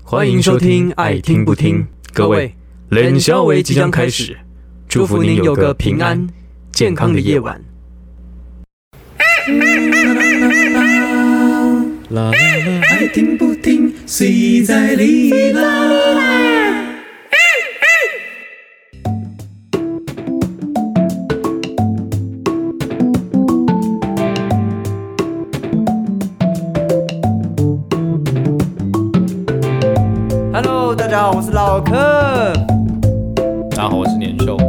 欢迎收听《爱听不听》，各位，冷笑维即将开始，祝福您有个平安、健康的夜晚。啦啦啦，爱听不听，谁在哩啦？ Hello，大家好，我是老客。大家好，我是年兽。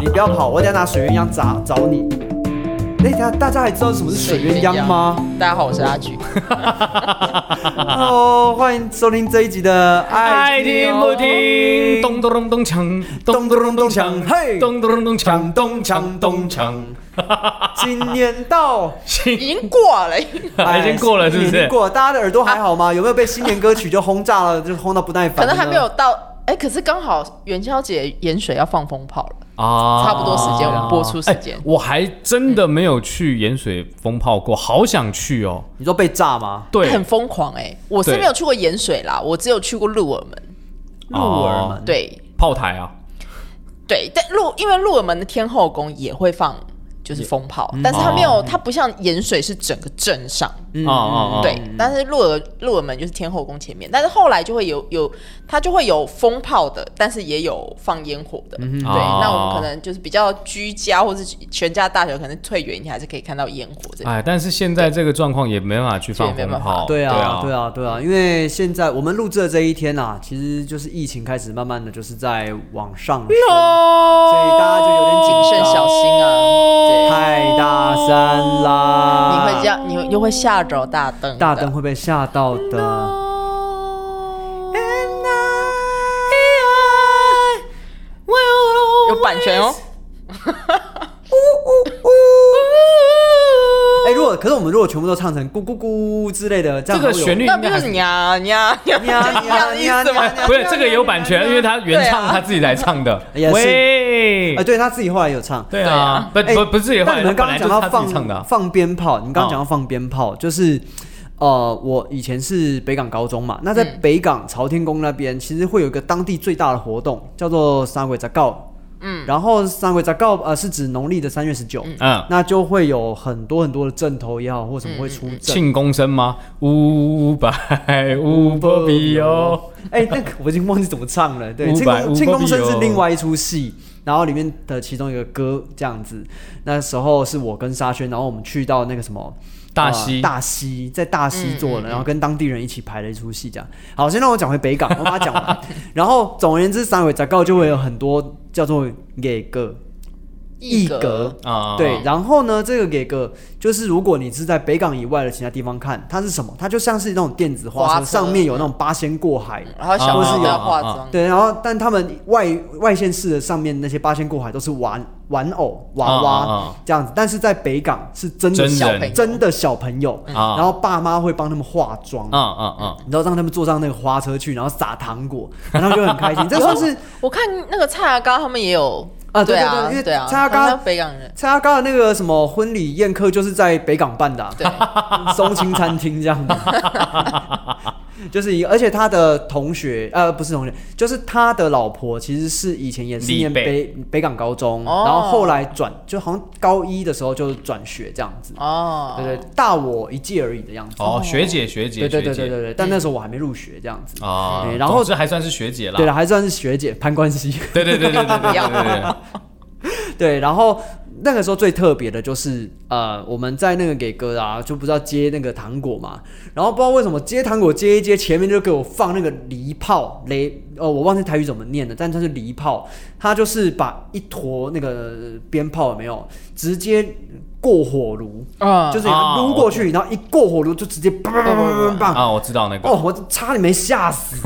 你不要跑，我等下拿水鸳鸯砸找你。哎、大大家还知道什么是水鸳鸯吗？？ 大家好，我是阿菊。哦，欢迎收听这一集的爱听不听，咚咚咚咚锵，咚咚咚咚锵，嘿，咚咚咚咚锵，咚锵咚锵。 今年到，已经过 了，已经过了是不已是经过了，大家的耳朵还好吗？有没有被新年歌曲就轰炸了，就轰到不耐烦？可能还没有。到。哎、可是刚好元宵节盐水要放风炮了，啊差不多时间我们播出时间哎我还真的没有去盐水风炮过，好想去哦。你说被炸吗？对，很疯狂哎、我是对没有去过盐水啦，我只有去过鹿耳门。鹿耳哦门，对啊炮台啊，对，但鹿因为鹿耳门的天后宫也会放就是风炮，但是它没有，它不像盐水是整个镇上。啊啊啊！嗯对，但是鹿耳鹿耳门就是天后宫前面，但是后来就会有有，它就会有风炮的，但是也有放烟火的。对，哦那我们可能就是比较居家或是全家大小，可能退远一点还是可以看到烟火这样。哎，但是现在这个状况也没办法去放也风没办法炮。对啊，对啊，啊，对啊，因为现在我们录制的这一天啊，其实就是疫情开始慢慢的就是在往上升，所以大家就有点紧谨慎小心哦啊！哎太大声对，你啦，会这样，你会又会吓着大灯，大灯。会被吓到的。有版权 哦，哎，如果可是我们如果全部都唱成咕咕咕之类的，这这样个会有旋律那应不该就还是是呀呀呀 呀呀呀的意思呀吗？呀哎不是这个有版权，因为他原对唱啊他自己来唱的。也是喂啊哎，，对他自己后来有唱。对啊，不哎不不是，但你们刚刚讲到他自己唱放的啊。放鞭炮，你们刚刚哦讲到放鞭炮，就是呃，我以前是北港高中嘛，那在嗯北港朝天宫那边，其实会有一个当地最大的活动，叫做三鬼杂告。嗯，然后三鬼杂告呃是指农历的三月十九，嗯，那就会有很多很多的阵头也好，或什么会出阵。庆功声吗？五百五波比哦哟，哎、那个我已经忘记怎么唱了。对，五庆百功五庆波功比声是哦另外一出戏，然后里面的其中一个歌这样子。那时候是我跟沙宣，然后我们去到那个什么。大呃溪大溪在大溪做的，然后跟当地人一起排了一出戏，这样。好，先让我讲回北港，我把它讲完。然后总而言之，三尾杂告就会有很多叫做野歌、一格格啊，对，然后呢，这个给个就是，如果你是在北港以外的其他地方看，它是什么？它就像是那种电子花花车，车上面有那种八仙过海，然后小啊朋啊友要啊化啊妆，对，然后但他们外外县市的上面那些八仙过海都是玩玩偶娃娃、啊啊啊这样子，但是在北港是真的真人小朋友真的小朋友，嗯啊然后爸妈会帮他们化妆。啊啊啊，你知道让他们坐上那个花车去，然后撒糖果，然后他们就很开心。这算是我看那个蔡阿刚他们也有啊对对啊对因为，对啊，蔡阿刚他们北港人，蔡阿刚的那个什么婚礼宴客，就是在北港办的、啊，对， 松青餐厅这样子， 就是一，而且他的同学，呃，不是同学，就是他的老婆，其实是以前也是念李北北北港高中，哦然后后来转，就好像高一的时候就转学这样子，哦，对对，大我一届而已的样子，哦，学姐学姐对对学对对对姐对，但那时候我还没入学这样子，啊对，然后这还算是啊学姐啦，对了，还算是学姐攀关系，对对对对对对 对对对对，对，然后那个时候最特别的就是，呃，我们在那个给哥啊，就不知道接那个糖果嘛，然后不知道为什么接糖果接一接，前面就给我放那个梨炮雷，哦，我忘记台语怎么念了，但它是梨炮，哦它就是把一坨那个鞭炮有没有直接过火炉， 嗯，就是撸过去，然后一过火炉就直接 砰砰砰砰砰砰，啊，我知道那个，哦，我差点没吓死。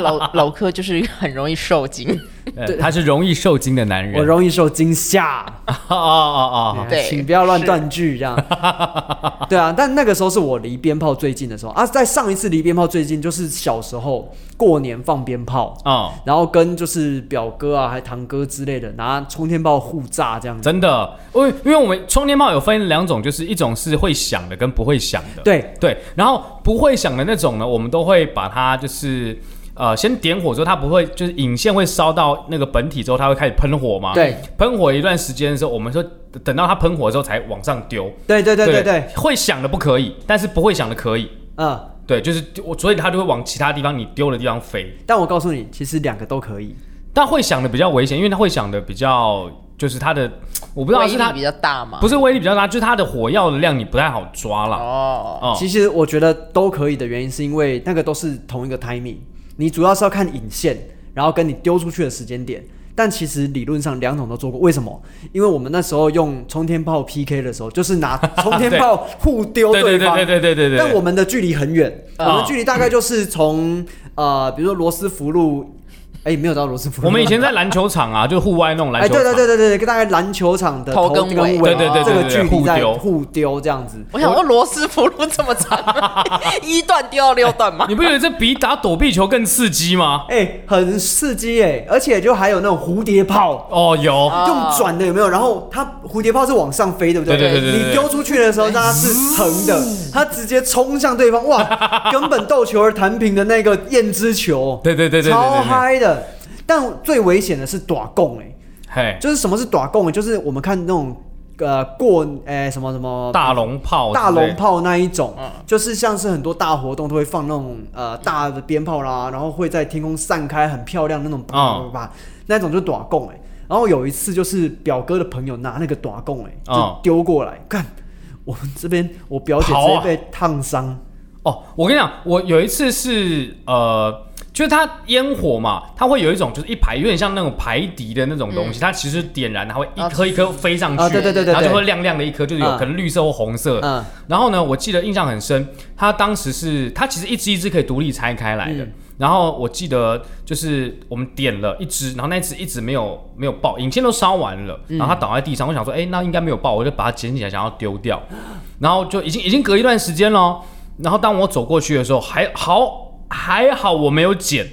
老老柯就是很容易受惊，呃他是容易受惊的男人，我容易受惊吓， 啊啊啊啊，对请不要乱断句这样。对啊，但那个时候是我离鞭炮最近的时候啊，在上一次离鞭炮最近就是小时候过年放鞭炮，啊，然后跟就是表哥啊、还堂哥之类的拿冲天炮互炸这样子。真的，因为因为我们充电炮有分两种，就是一种是会响的跟不会响的。对对，然后不会响的那种呢，我们都会把它就是。呃，先点火之后，它不会就是引线会烧到那个本体之后，它会开始喷火嘛？对，喷火一段时间的时候，我们说等到它喷火之后才往上丢。对对对对对，会响的不可以，但是不会响的可以。嗯，对，就是我，所以它就会往其他地方你丢的地方飞。但我告诉你，其实两个都可以。但会响的比较危险，因为它会响的比较，就是它的，我不知道威是力它比较大嘛。不是是威力比较大，就是它的火药的量你不太好抓啦。哦，哦，其实我觉得都可以的原因是因为那个都是同一个 timing，你主要是要看引线，然后跟你丢出去的时间点。但其实理论上两种都做过，为什么？因为我们那时候用冲天炮 PK 的时候，就是拿冲天炮互丢对对对方。对对对对对。但我们的距离很远，我啊们距离大概就是从呃，比如说罗斯福路，哎，没有到罗斯福 路。我们以前在篮球场啊，就是户外那种篮哎，球对场。对对对对，大概篮球场的头头跟跟对尾对对对这个对距离互在丢互丢这样子。我想说罗斯福路这 么长，一段丢到六段吗你？不觉得这比打躲避球更刺激吗？哎、很刺激哎、而且就还有那种蝴蝶炮。哦，有，啊用转的有没有？然后它蝴蝶炮是往上飞，对不对？对对对对对你丢出去的时候，让它是横的，它直接冲向对方，哇！根本斗球而弹平的那个燕之球，对对对对对对对超嗨的。但最危险的是短供哎、嘿，就是什么是短供？就是我们看那种呃过哎、什么什么大龙炮，大龙，炮那一种，嗯就是像是很多大活动都会放那种呃大的鞭炮啦，然后会在天空散开，很漂亮那种，叭叭嗯叭叭那种就短供哎。然后有一次就是表哥的朋友拿那个短供哎，嗯就丢过来，看我们这边我表姐直跑啊接被烫伤，哦，我跟你讲，我有一次是呃，就是它烟火嘛，它会有一种就是一排，有点像那种排笛的那种东西，它其实点燃，它会一颗一颗飞上去，嗯啊对对对对对然后就会亮亮的一颗，就是有嗯可能绿色或红色。嗯然后呢，我记得印象很深，它当时是它其实一只一只可以独立拆开来的。嗯然后我记得就是我们点了一只，然后那一只一直没有没有爆，引线都烧完了，嗯然后它倒在地上。我想说，哎，那应该没有爆，我就把它捡起来想要丢掉，然后就已经已经隔一段时间咯。然后当我走过去的时候，还好还好我没有捡，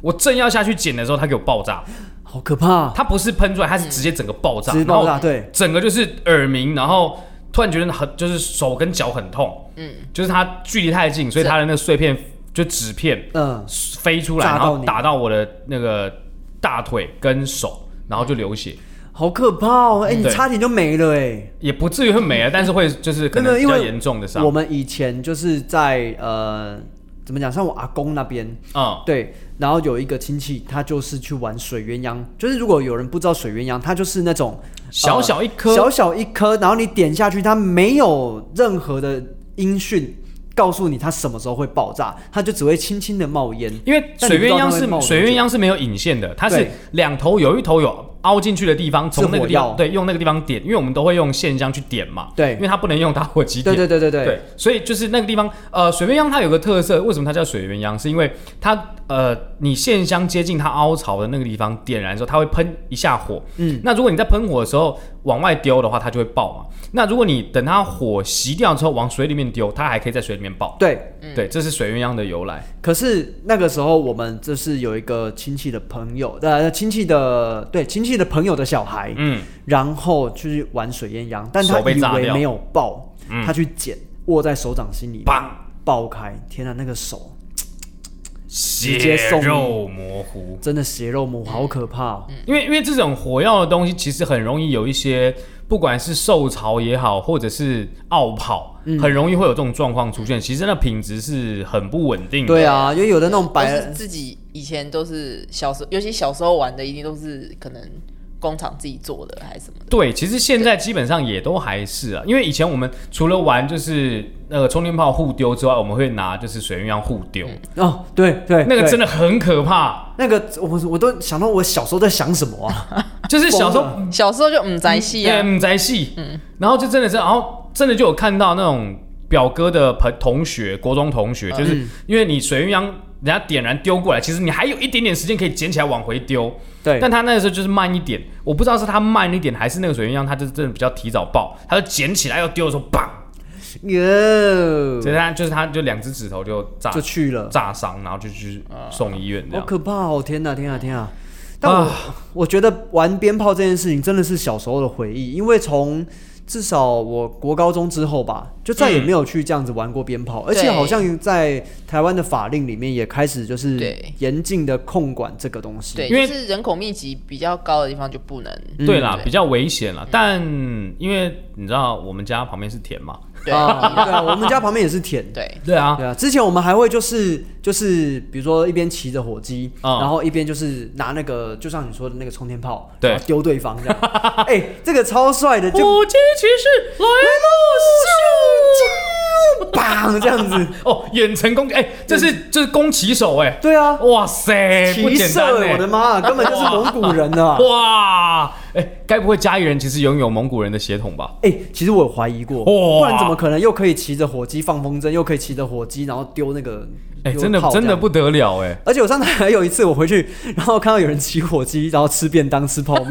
我正要下去捡的时候，它给我爆炸。好可怕！它不是喷出来，它是直接整个爆炸，嗯直接爆炸然后对整个就是耳鸣，然后突然觉得很就是手跟脚很痛，嗯，就是它距离太近，所以它的那个碎片就纸片嗯，飞出来，炸然到后你打到我的那个大腿跟手，然后就流血，好可怕哦！哎，嗯你对差点就没了哎。也不至于会没了，但是会就是可能没比有没较有因为严重的伤我，们以前就是在呃，怎么讲？像我阿公那边，嗯，对，然后有一个亲戚，他就是去玩水鸳鸯，就是如果有人不知道水鸳鸯，它就是那种呃小小一颗小小一颗，然后你点下去，它没有任何的音讯告诉你它什么时候会爆炸，它就只会轻轻的冒烟。因为但你水不知道鸳鸯它会冒是多水久鸳鸯是没有引线的，它是对两头有一头有凹进去的地方，从那个地是火方药对用那个地方点，因为我们都会用线香去点嘛，对因为它不能用打火机点，对对对对对，对，所以就是那个地方，呃，水鸳鸯它有个特色，为什么它叫水鸳鸯？是因为它呃，你线香接近它凹槽的那个地方点燃的时候，它会喷一下火。嗯，那如果你在喷火的时候往外丢的话，它就会爆嘛。那如果你等它火熄掉之后往水里面丢，它还可以在水里面爆。对。对，这是水鸳鸯的由来。可是那个时候，我们就是有一个亲戚的朋友，呃，亲戚的对亲戚的朋友的小孩，嗯，然后去玩水鸳鸯，但他手被以炸为掉嗯没有爆，他去捡，握在手掌心里面，砰爆开！天哪，那个手血接送你肉模糊。真的血肉模糊，好可怕、哦！嗯因为因为这种火药的东西，其实很容易有一些，不管是受潮也好，或者是傲跑，嗯很容易会有这种状况出现。其实那品质是很不稳定的。对啊，因为有的那种我白是自己以前都是小时候，尤其小时候玩的，一定都是可能工厂自己做的还是什么的。对，其实现在基本上也都还是啊，因为以前我们除了玩就是那个充电炮互丢之外，我们会拿就是水鸳鸯互丢，哦，对对，那个对真的很可怕。那个我我都想到我小时候在想什 么啊！就是小时候疯小时候就嗯宅戏啊，嗯，宅系，然后就真的是，然后真的就有看到那种表哥的朋同学，国中同嗯学，就是因为你水鸳鸯人家点燃丢过来，其实你还有一点点时间可以捡起来往回丢，对，但他那个时候就是慢一点，我不知道是他慢一点，还是那个水鸳鸯他就真的比较提早爆，他就捡起来要丢的时候，砰，哟所以他就是他就两只指头就炸就去了，炸伤，然后就去送医院这好样。可怕哦！天哪，天哪，天哪！啊但我、我觉得玩鞭炮这件事情真的是小时候的回忆，因为从至少我国高中之后吧，就再也没有去这样子玩过鞭炮，而嗯且好像在台湾的法令里面也开始就是对严禁的控管这个东西。嗯对，因为就是人口密集比较高的地方就不能。对啦，对比较危险啦。但因为你知道我们家旁边是田 嘛，对啊，对啊，我们家旁边也是田。对，对啊，对啊，之前我们还会就是就是，比如说一边骑着火机，嗯然后一边就是拿那个，就像你说的那个冲天炮，对然后丢对方 这样。哎、这个超帅的，就火鸡骑士来喽！砰这样 子。哦，演成攻击，哎、这是这是攻旗手哎、嗯对啊，哇塞，不骑简单射，哎、我的妈啊，根本就是蒙古人啊！哇，哎、该不会嘉义人其实拥有蒙古人的血统吧？哎、其实我有怀疑哇过，不然怎么可能又可以骑着火机放风筝，又可以骑着火机然后丢那个？哎、丢真的炮这真样的不。得了哎、而且我上次还有一次，我回去，然后看到有人骑火机，然后吃便当、吃泡面，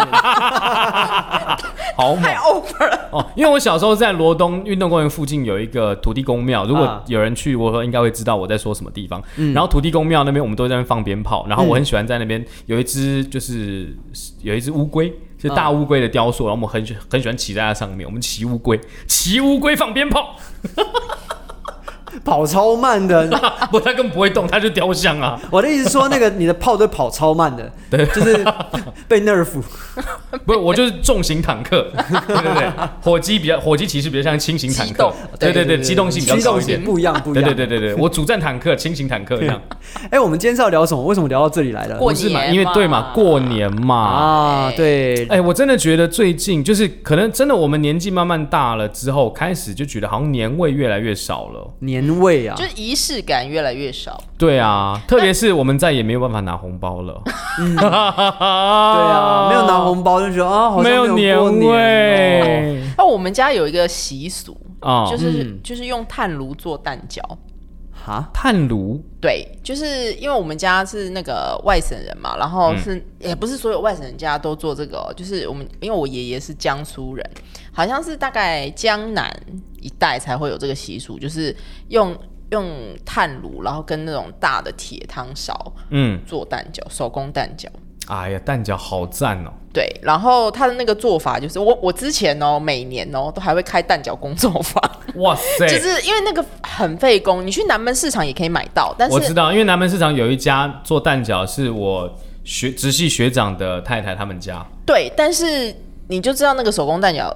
好猛太 over 了。哦！因为我小时候在罗东运动公园附近有一个土地公庙，如果啊有人去，我应该会知道我在说什么地方。嗯然后土地公庙那边我们都在那边放鞭炮，然后我很喜欢在那边有一只就是有一只乌龟。是大乌龟的雕塑，然后我们很喜很喜欢骑在它上面，我们骑乌龟，骑乌龟放鞭炮， 跑超慢的，不，它根本不会动，它就雕像 啊。我的意思说，那个你的炮都跑超慢的，对，就是被 nerf。不是，我就是重型坦克，对对对，火鸡比较，火鸡其实比较像轻型坦机克动，对对对对对，机动性比较机高动一点性。不一样，不一对样。对对对对，我主战坦克、轻型坦克这样，哎、我们今天是要聊什么？为什么聊到这里来了？过不是嘛？年因为嘛对嘛，过年嘛。啊，对，哎，我真的觉得最近就是可能真的我们年纪慢慢大了之后，开始就觉得好像年味越来越少了。年味啊就，是仪式感越来越少，对啊，特别是我们再也没有办法拿红包了。嗯对对啊，没有拿红包就觉得啊，好像没有有过年年哦味那我们家有一个习俗，啊，哦就是、嗯就是用炭炉做蛋饺。哈，炭炉对，就是因为我们家是那个外省人嘛，然后是、也不是所有外省人家都做这个哦、就是我们因为我爷爷是江苏人，好像是大概江南一带才会有这个习俗，就是用用炭炉，然后跟那种大的铁汤勺嗯，做蛋饺，手工蛋饺。哎呀，蛋饺好赞哦！对，然后他的那个做法就是，我我之前哦，每年哦都还会开蛋饺工作坊，哇塞，就是因为那个很费工，你去南门市场也可以买到，但我知是道，因为南门市场有一家做蛋饺，是我学直系学长的太太他们家。对，但是你就知道那个手工蛋饺，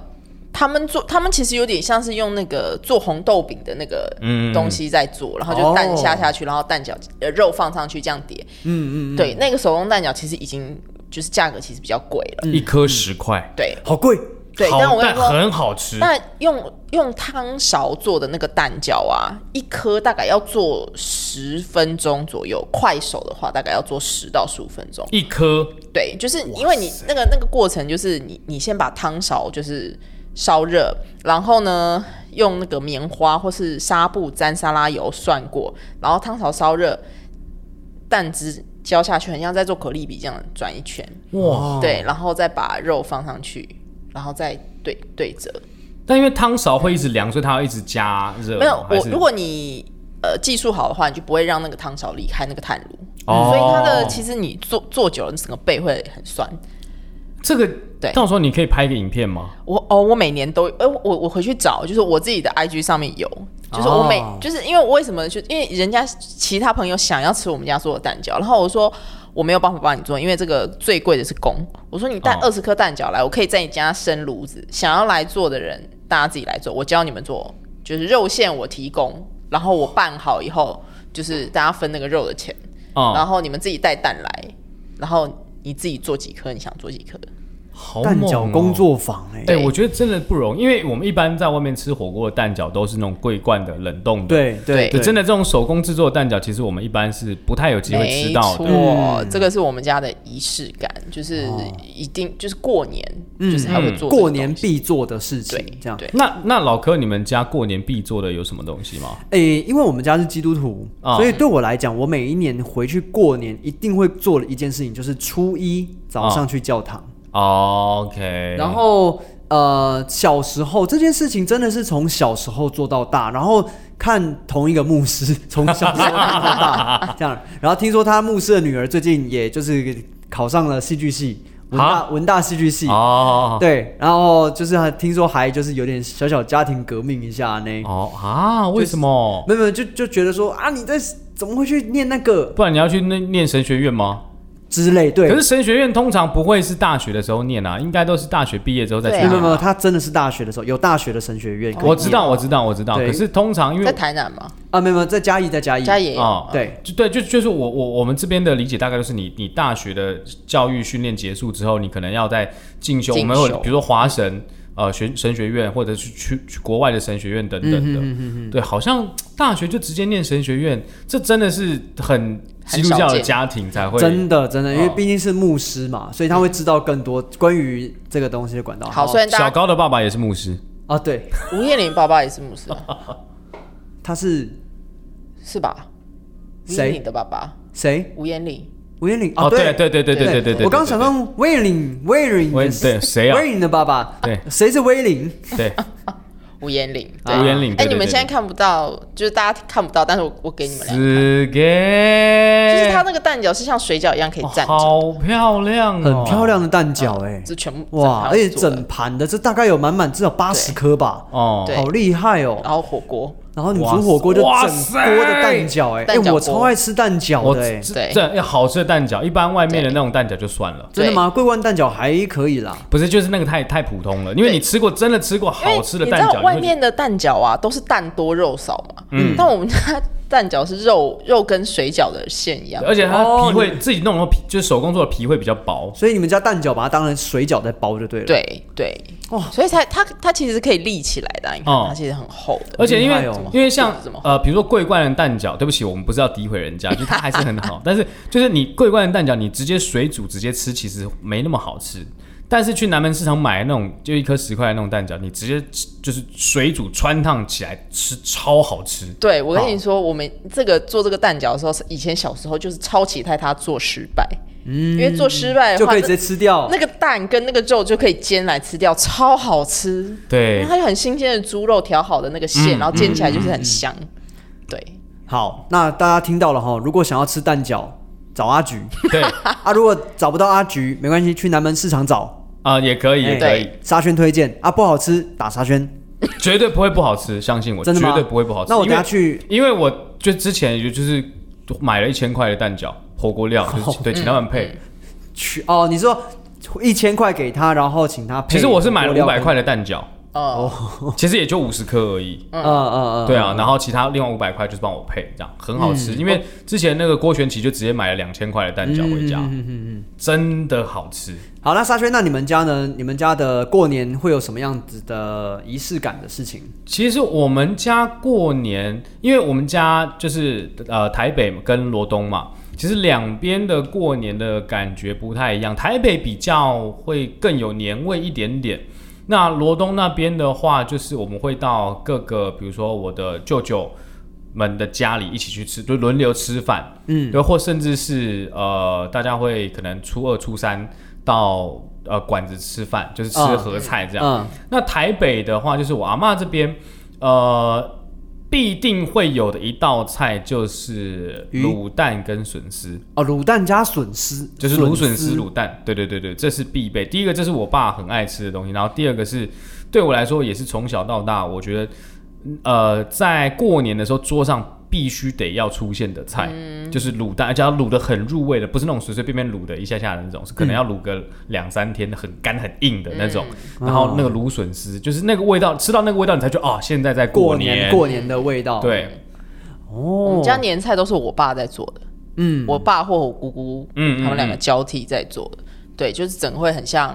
他们做，他们其实有点像是用那个做红豆饼的那个嗯东西在做，然后哦就蛋下下去，然后蛋饺呃肉放上去这样叠，嗯嗯，对，那个手工蛋饺其实已经就是价格其实比较贵了，一颗十块，对好贵，对，但好我跟蛋你说。很好吃。那用用汤勺做的那个蛋饺啊，一颗大概要做十分钟左右，快手的话大概要做十到十五分钟。一颗对，就是因为你那个那个过程，就是你你先把汤勺就是烧热，然后呢用那个棉花或是纱布沾沙拉油涮过，然后汤勺烧热，蛋汁浇下去，很像在做可丽饼这样转一圈，哦哇！对，然后再把肉放上去，然后再对对折。但因为汤勺会一直凉，所以它要一直加热。没有还我是，如果你呃技术好的话，你就不会让那个汤勺离开那个炭炉，哦所以它的其实你做做久了，你整个背会很酸。这个，对到时候你可以拍个影片吗？我哦，我每年都，哎、我我回去找，就是我自己的 IG 上面有，就是我每，哦就是因为我为什么就因为人家其他朋友想要吃我们家做的蛋饺，然后我说我没有办法帮你做，因为这个最贵的是公，我说你带哦二十颗蛋饺来，我可以在你家生炉子，想要来做的人大家自己来做，我教你们做，就是肉馅我提供，然后我拌好以后，就是大家分那个肉的钱，然啊，后你们自己带蛋来，然后你自己做几颗，你想做几颗，好蛋猛饺哦工。作坊哎、哎，对我觉得真的不容易，因为我们一般在外面吃火锅的蛋饺都是那种桂冠的冷冻的。对对对对，对，真的的这种手工制作的蛋饺，其实我们一般是不太有机会吃到的没。嗯错，这个是我们家的仪式感，就是一定就是过年，就是他会做这个哦嗯过年东西必做的事情对，这样。对那那老柯，你们家过年必做的有什么东西吗？诶、因为我们家是基督徒，啊所以对我来讲，我每一年回去过年一定会做的一件事情，就是初一早上去教啊堂。 OK，然后呃，小时候这件事情真的是从小时候做到大，然后看同一个牧师 从小时候看 到大这样，然后听说他牧师的女儿最近也就是考上了戏剧系。文大文大戏剧系。哦，对，然后就是还听说还就是有点小小家庭革命一下呢，哦啊，为什么？没有没有，就就觉得说啊，你在怎么会去念那个不然你要去那念神学院吗？之类？对，可是神学院通常不会是大学的时候念啊，应该都是大学毕业之后再去对啊没有念没啊。有没有，他真的是大学的时候有大学的神学院可以念，我知道，我知道，我知道。对可是通常因为在台南嘛，啊，没有没有，在嘉义，在嘉义，家也有。啊，对就对，就就是我我我们这边的理解大概就是你你大学的教育训练结束之后，你可能要在进修，进修我们有比如说华神呃学神学院，或者是去去国外的神学院等等的，对，好像大学就直接念神学院，这真的是很基督教很少的见家庭才会真的真的，因为哦毕竟是牧师嘛，所以他会知道更多关于这个东西的管道。好，虽然大小家高的爸爸也是牧师，啊，对，吴彦霖爸爸也是牧师，啊 他是是吧？吴谁彦霖的爸爸，谁？吴彦霖，吴彦霖哦，对对对对对对对对对，我刚刚想到到威林，威林威对谁啊威林的爸爸，对谁是威林？对吴彦霖。啊对吴彦霖，哎，对你们现在在看不到，就是大家看不到，但是我我给你们两个，是给，就是它那个蛋饺是像水饺一样可以蘸着，哦好漂亮、哦，很漂亮的蛋饺哎，就全部哇，而且整盘做的整盘的，这大概有满满至少八十颗吧，哦，对好厉害哦！然后火锅，然后你煮火锅就哇整塞锅的蛋饺哎，哎蛋饺，锅我超爱吃蛋饺我的哎，这对这好吃的蛋饺，一般外面的那种蛋饺就算了，真的吗？桂冠蛋饺还可以啦，不是就是那个太太普通了，因为对你吃过真的吃过因为好哎你吃知的道蛋饺，你外会面的蛋饺啊都是蛋多肉少嘛，嗯，但我们家蛋饺是肉肉跟水饺的馅一样觉得，而且它哦皮会自己弄的皮，就是手工做的皮会比较薄。所以你们家蛋饺把它当成水饺在包就对了。，对对，哇所以才它它其实可以立起来的啊，你看哦它其实很厚的，而且因好厉为害哦因为像怎么呃，比如说桂冠的蛋饺，对不起，我们不是要诋毁人家，就是它还是很好。但是就是你桂冠的蛋饺，你直接水煮直接吃，其实没那么好吃。但是去南门市场买那种就一颗十块的那种蛋饺，你直接吃就是水煮穿烫起来吃，超好吃。对，我跟好你说，我们这个做这个蛋饺的时候，是以前小时候就是超期待它做失败，嗯因为做失败的就话，可以直那接吃掉。那个蛋跟那个肉就可以煎来吃掉，超好吃。因为对，它有很新鲜的猪肉调好的那个馅，嗯然后煎起来就是很香。对，好，那大家听到了哈，如果想要吃蛋饺，找阿 菊对，啊。如果找不到阿菊，没关系，去南门市场找。啊、也 可以，也哎可以，沙宣推荐啊，不好吃打沙宣，绝对不会不好吃，相信我，真的吗？绝对不会不好吃。那我因等为下，去，因为我就之前也就是买了一千块的蛋饺火锅料， 就是对，请他们嗯配。去哦。你说一千块给他，然后请他配。其实我是买了五百块。的蛋饺，哦、其实也就五十颗而已。嗯嗯嗯，对啊，然后其他另外五百块就是帮我配，这样很好吃。因为之前那个郭全奇就直接买了两千块的蛋饺回家，真的好吃。好，那沙宣，那你们家呢？你们家的过年会有什么样子的仪式感的事情？其实我们家过年，因为我们家就是呃台北跟罗东嘛，其实两边的过年的感觉不太一样。台北比较会更有年味一点点，那罗东那边的话，就是我们会到各个，比如说我的舅舅们的家里一起去吃，就轮流吃饭，嗯，对，或甚至是呃，大家会可能初二、初三到呃馆子吃饭，就是吃嗯合菜这样。嗯，那台北的话，就是我阿嬷这边，呃，必定会有的一道菜就是鱼卤蛋跟笋丝，哦，卤蛋加笋丝，就是芦笋丝卤蛋。对对对对，这是必备。第一个，这是我爸很爱吃的东西，然后第二个是对我来说也是从小到大，我觉得呃，在过年的时候桌上。必须得要出现的菜，就是卤蛋，而且要卤的很入味的，不是那种随随便便卤的一下下的那种，是可能要卤个两三天，很干很硬的那种。然后那个芦笋丝，就是那个味道，吃到那个味道，你才觉得哦，现在在过年。过年的味道。对，我哦们，家年菜都是我爸在做的，嗯，我爸或我姑姑，嗯嗯他们两个交替在做的，对，就是整个会很像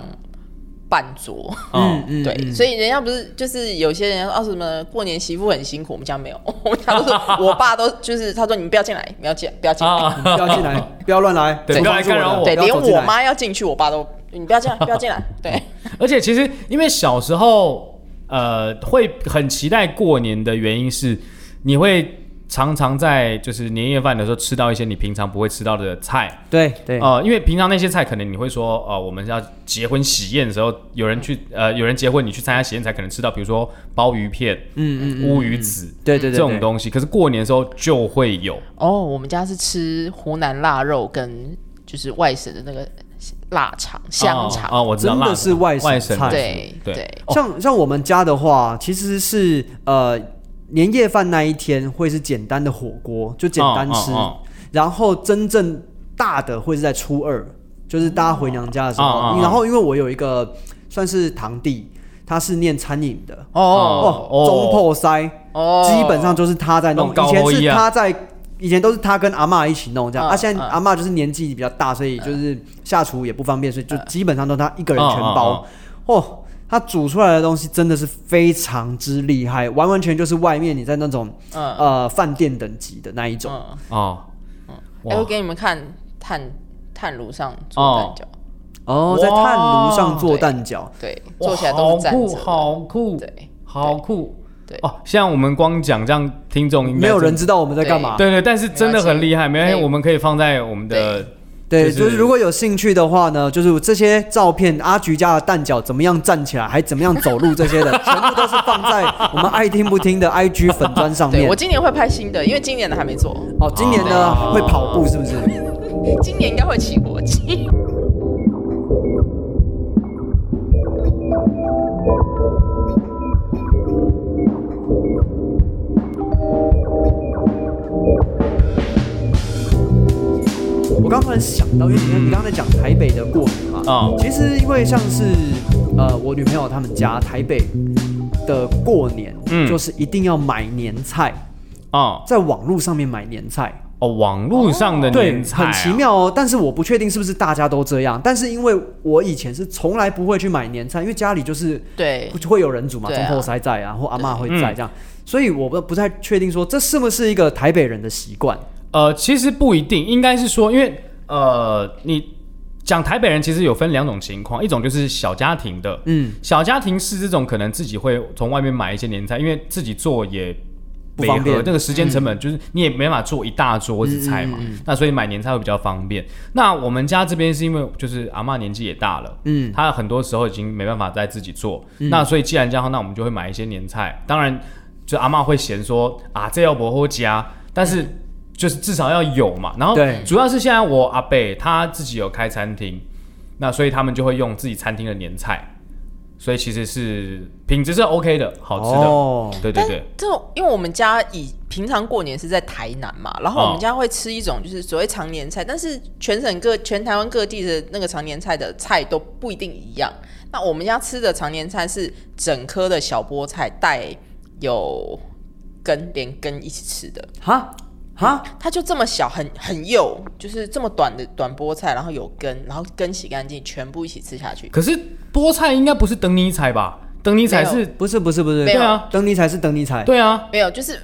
半桌。嗯，嗯 对，所以人家不是就是有些人说啊什么过年媳妇很辛苦，我们家没有，我们家都是 我爸都就是他说你们不要进来，不要进，不要进来，啊，不要进来，不要乱来，对厨不要房来是我干扰的我对，不要连走进我来妈要进去，我爸都你不要进来，不要进来， 对，而且其实因为小时候，呃，会很期待过年的原因是，你会常常在就是年夜饭的时候吃到一些你平常不会吃到的菜，对对呃，因为平常那些菜可能你会说，呃，我们要结婚喜宴的时候，有人去，呃，有人结婚你去参加喜宴才可能吃到，比如说鲍鱼片、嗯嗯，乌鱼子对对对，这种对东西，可是过年的时候就会有。哦，我们家是吃湖南腊肉跟就是外省的那个腊肠、香哦哦肠，哦我知道真辣的是外省外省菜对对对，像像我们家的话，其实是呃年夜饭那一天会是简单的火锅，就简单吃，哦哦哦然后真正大的会是在初二，就是大家回娘家的时候。哦哦哦然后因为我有一个算是堂弟，他是念餐饮的，哦哦，哦中破塞，哦，基本上就是他在弄，弄高以前一是啊他在。以前都是他跟阿嬷一起弄这样，嗯啊，现在嗯阿嬷就是年纪比较大，所以啊就是下厨也不方便，所以就基本上都他一个人全啊包。哦，他煮出来的东西真的是非常之厉害，完完全就是外面你在那种啊嗯呃饭店等级的那一种。嗯，哦，哎，我哇，给你们看炭炭炉上做哦蛋饺，哦，在炭炉上做蛋饺，对，哇做起来都是站好酷，着的，好酷，好对酷，对哦，现在我们光讲这样，听众应该没有人真知道我们在干嘛。对对，但是真的没关很系厉害，没关系，可以我们可以放在我们的就对，是就是如果有兴趣的话呢，就是这些照片，阿菊家的蛋饺怎么样站起来，还怎么样走路，这些 的全部都是放在我们爱听不听的 IG 粉砖上对面我。今年会拍新的，因为今年的还没做，哦，今年呢哦会跑步是不是？今年应该会起国际。我刚突然想到，因为你你刚才讲台北的过年嘛，哦其实因为像是呃我女朋友他们家台北的过年，嗯就是一定要买年菜，哦在网络上面买年菜。哦，网络上的哦对年，菜啊很奇，妙哦。但是我不确定是不是大家都这样。但是因为我以前是从来不会去买年菜，因为家里就是对，会有人煮嘛，对中啊后塞在啊，或阿嬷会嗯在这样，所以我不不太确定说这是不是一个台北人的习惯。呃，其实不一定，应该是说，因为呃，你讲台北人其实有分两种情况，一种就是小家庭的，嗯，小家庭是这种可能自己会从外面买一些年菜，因为自己做也。不方便违和这个时间成本就是你也没办法做一大桌子菜嘛，那所以买年菜会比较方便。那我们家这边是因为就是阿嬷年纪也大了，嗯她很多时候已经没办法再自己做，那所以既然这样，那我们就会买一些年菜。当然，就阿嬷会嫌说啊，这要伯后家，但是就是至少要有嘛。然后对主要是现在我阿伯他自己有开餐厅，那所以他们就会用自己餐厅的年菜，所以其实是品质是 OK 的，好吃的。哦对对对，这种因为我们家以平常过年是在台南嘛，然后我哦们家会吃一种就是所谓常年菜，但是全省各全台湾各地的那个常年菜的菜都不一定一样。那我们家吃的常年菜是整颗的小菠菜带有根，连根一起吃的，哈哈，它就这么小，很很幼，就是这么短的短菠菜，然后有根，然后根洗干净，全部一起吃下去。可是菠菜应该不是等你采吧？等你采没是，不是不是不是，没有对啊等你才是等你才。对啊，没有，就是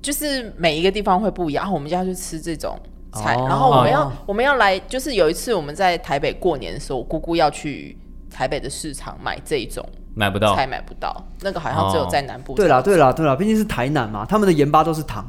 就是每一个地方会不一样。然后我们家就吃这种菜，哦然后我们要我们要来，就是有一次我们在台北过年的时候，我姑姑要去台北的市场买这一种买不到菜，买不到，那个好像只有在南部。哦对啦，对啦对啦，毕竟是台南嘛，他们的盐巴都是糖，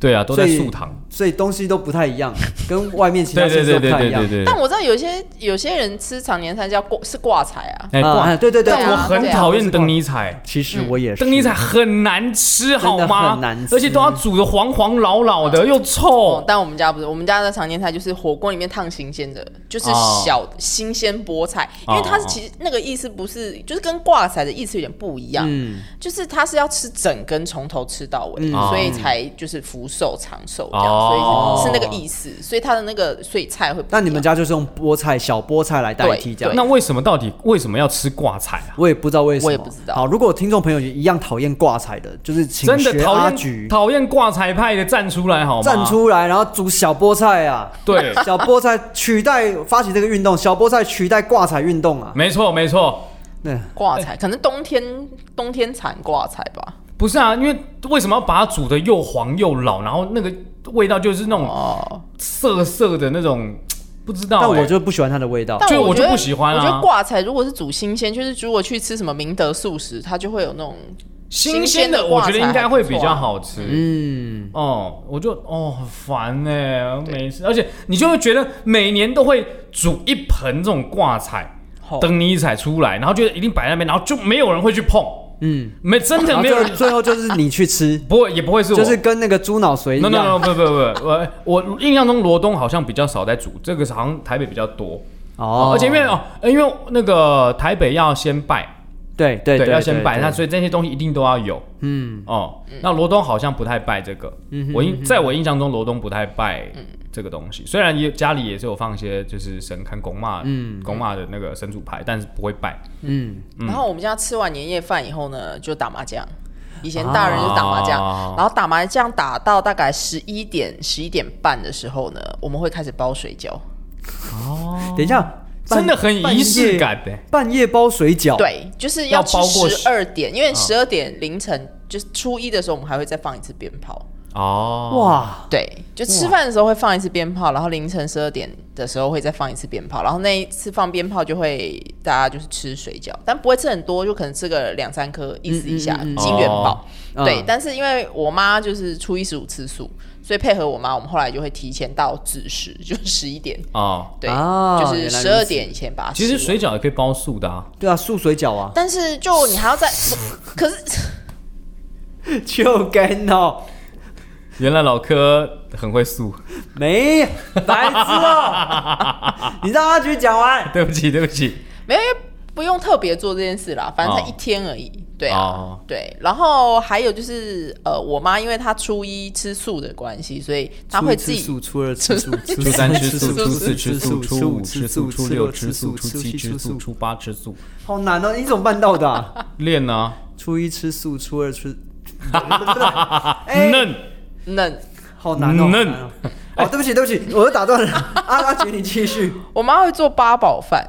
对啊，都在所以素堂。所以东西都不太一样，跟外面其他对县对市都对不对太一对样。对对。但我知道有些有些人吃常年菜叫挂是挂菜啊，哎，啊挂哎对对对但我对啊很对啊讨厌等你采。其实我也嗯是。灯泥菜很难吃，好真的吗？很难吃而且都要煮的黄黄老老的，又哦臭，。但我们家不是，我们家的常年菜就是火锅里面烫新鲜的，就是哦小、新鲜菠菜，因为它是哦哦其实那个意思不是，就是跟挂菜的意思有点不一样，嗯就是它是要吃整根从头吃到尾，哦所以才就是福寿长寿这样，哦所以是那个意思，所以它的那个所以菜会不一样。那你们家就是用菠菜小菠菜来代替这样那。为什么到底为什么要吃挂菜啊？我也不知道为什么。我也不知道好，如果听众朋友也一样讨厌挂彩的，就是请真的学讨阿厌菊讨厌挂菜派的站出来好吗？站出来，然后煮小菠菜啊，对 ，小菠菜取代发起这个运动，小菠菜取代挂彩运动啊。没错没错，对，哦挂菜可能冬天冬天产挂菜吧，不是啊，因为为什么要把它煮的又黄又老，然后那个味道就是那种哦，涩涩的那种，不知道欸。但我就不喜欢它的味道。但就我我就觉得不喜欢啊我觉得挂菜如果是煮新鲜，就是如果去吃什么明德素食，它就会有那种新鲜鲜的的，我觉得挂菜应该会比还不错啊较好吃。嗯，哦，我就哦很烦呢、每次，而且你就会觉得每年都会煮一盆这种挂彩哦、灯泥彩出来，然后就一定摆在那边，然后就没有人会去碰，嗯，没真然的后没最有后人，最后哦就是你去吃，不会也不会是我，就是跟那个猪脑髓一 no 样。 no no 不不不，我我印象中罗东好像比较少在煮，这个好像台北比较多，哦，而且因为哦，呃因为那个台北要先拜，对对要先拜，对那所以这些东西一定都要有嗯哦。那罗东好像不太拜这个，我印在我印象中罗东不太拜这个东西，虽然也家里也是有放一些就是神看公骂，嗯公骂的那个神主牌，但是不会拜。嗯，然后我们家吃完年夜饭以后呢，就打麻将。以前大人就打麻将，啊然后打麻将打到大概十一点、十一点半的时候呢，我们会开始包水饺。哦，等一下，真的很半仪式感欸的。半夜，半夜包水饺，，对，就是要吃包过十二点，因为嗯十二点凌晨、就是初一的时候，我们还会再放一次鞭炮。哦，哇，对，就吃饭的时候会放一次鞭炮，然后凌晨十二点的时候会再放一次鞭炮，然后那一次放鞭炮就会大家就是吃水饺，但不会吃很多，就可能吃个两三颗，意思一下嗯嗯嗯金元宝。哦对嗯，但是因为我妈就是初一十五吃素，所以配合我妈，我们后来就会提前到子时，就十一点，哦，对，啊就是原来如此十二点以前把它吃其完。实水饺也可以包素的啊。对啊，素水饺啊，但是就你还要再，可是 就干哦，原来老柯很会素， 没白痴哦， 你让阿菊讲完，对不起，对不起。没有，因为不用特别做这件事啦，反正才哦一天而已。对啊，哦对。然后还有就是，呃，我妈因为她初一吃素的关系，所以她会自己初一吃素，初二吃素， 初三吃素，初初四吃素，初初五吃素，初六吃素，初七吃素，初八吃素。好难哦，你怎么办到的啊？练呢？ 初一吃素，初二 吃，哎嫩嫩。好难哦，好嫩难哦。哦，对不起，对不起，我又打断了。 阿阿菊，你继续。我妈会做八宝饭，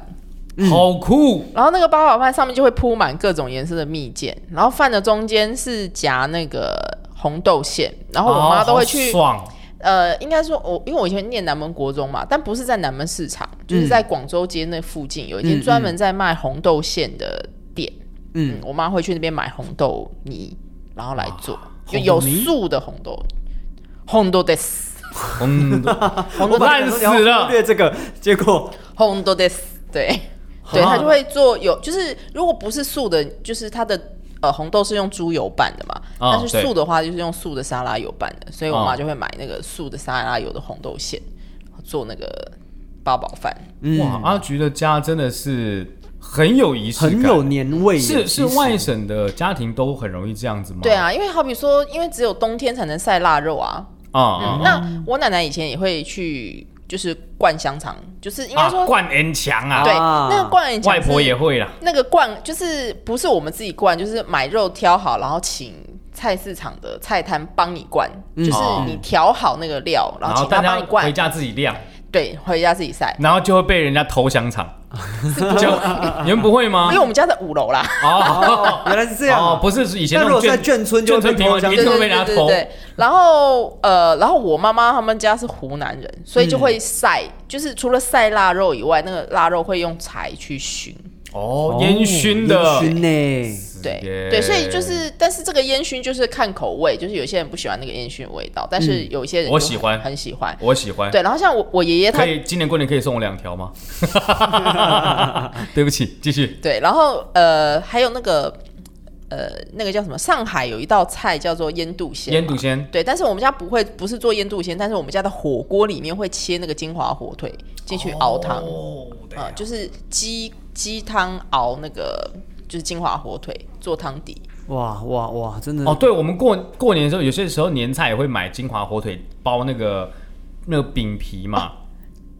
好酷然后那个八宝饭上面就会铺满各种颜色的蜜饯，然后饭的中间是夹那个红豆馅，然后我妈都会去哦好爽呃，应该说我，因为我以前念南门国中嘛，但不是在南门市场，就是在广州街那附近有一嗯间专门在卖红豆馅的店。嗯嗯，我妈会去那边买红豆泥，然后来做，就红豆有泥素的红豆泥，红豆 des，嗯， 我本来烂死想说你要忽了。略这个，结果红豆 des，对，对，她就会做有，就是如果不是素的，就是它的。呃，红豆是用猪油拌的嘛，哦但是对素的话就是用素的沙拉油拌的，所以我哦妈就会买那个素的沙拉油的红豆馅，做那个八宝饭。嗯哇，嗯阿菊的家真的是很有仪式感，很有年味耶。是其是实外省的家庭都很容易这样子吗？对，啊，因为好比说，因为只有冬天才能晒腊肉啊。啊啊，那我奶奶以前也会去，就是灌香肠，就是应该啊说，灌人墙啊，对，啊那个灌人外婆也会啦。那个灌，就是不是我们自己灌，就是买肉挑好，然后请菜市场的菜摊帮你灌，就是你调好那个料，哦然然后后请大他家帮你灌回，家自己晾，对，回家自己晒。然后就会被人家偷香 肠，就你们不会吗因为？我们家在五楼啦，哦哦，原来是这样啊。哦，不是是以前那那如种果在眷眷村就眷会村被平偷民 香一定对对会被人对家对偷。对。然后呃，然后我妈妈他们家是湖南人，所嗯以就会晒，就是除了晒腊肉以外，那个腊肉会用柴去熏。哦，烟熏的，烟熏呢？对耶对，所以就是，但是这个烟熏就是看口味，就是有些人不喜欢那个烟熏的味道，但是有一些人嗯我就喜很欢很喜欢。我喜欢。对，然后像我我爷爷哎他可以今年过年可以送我两条 吗？对不起，继续。对，然后呃还有那个呃那个叫什么，上海有一道菜叫做腌肚鲜嘛，腌笃鲜对，但是我们家不会，不是做腌肚鲜，但是我们家的火锅里面会切那个金华火腿进去熬汤，哦，呃，就是鸡鸡汤熬那个就是金华火腿做汤底，哇哇哇！真的哦，对，我们过过年的时候，有些时候年菜也会买金华火腿包那个那个饼皮嘛，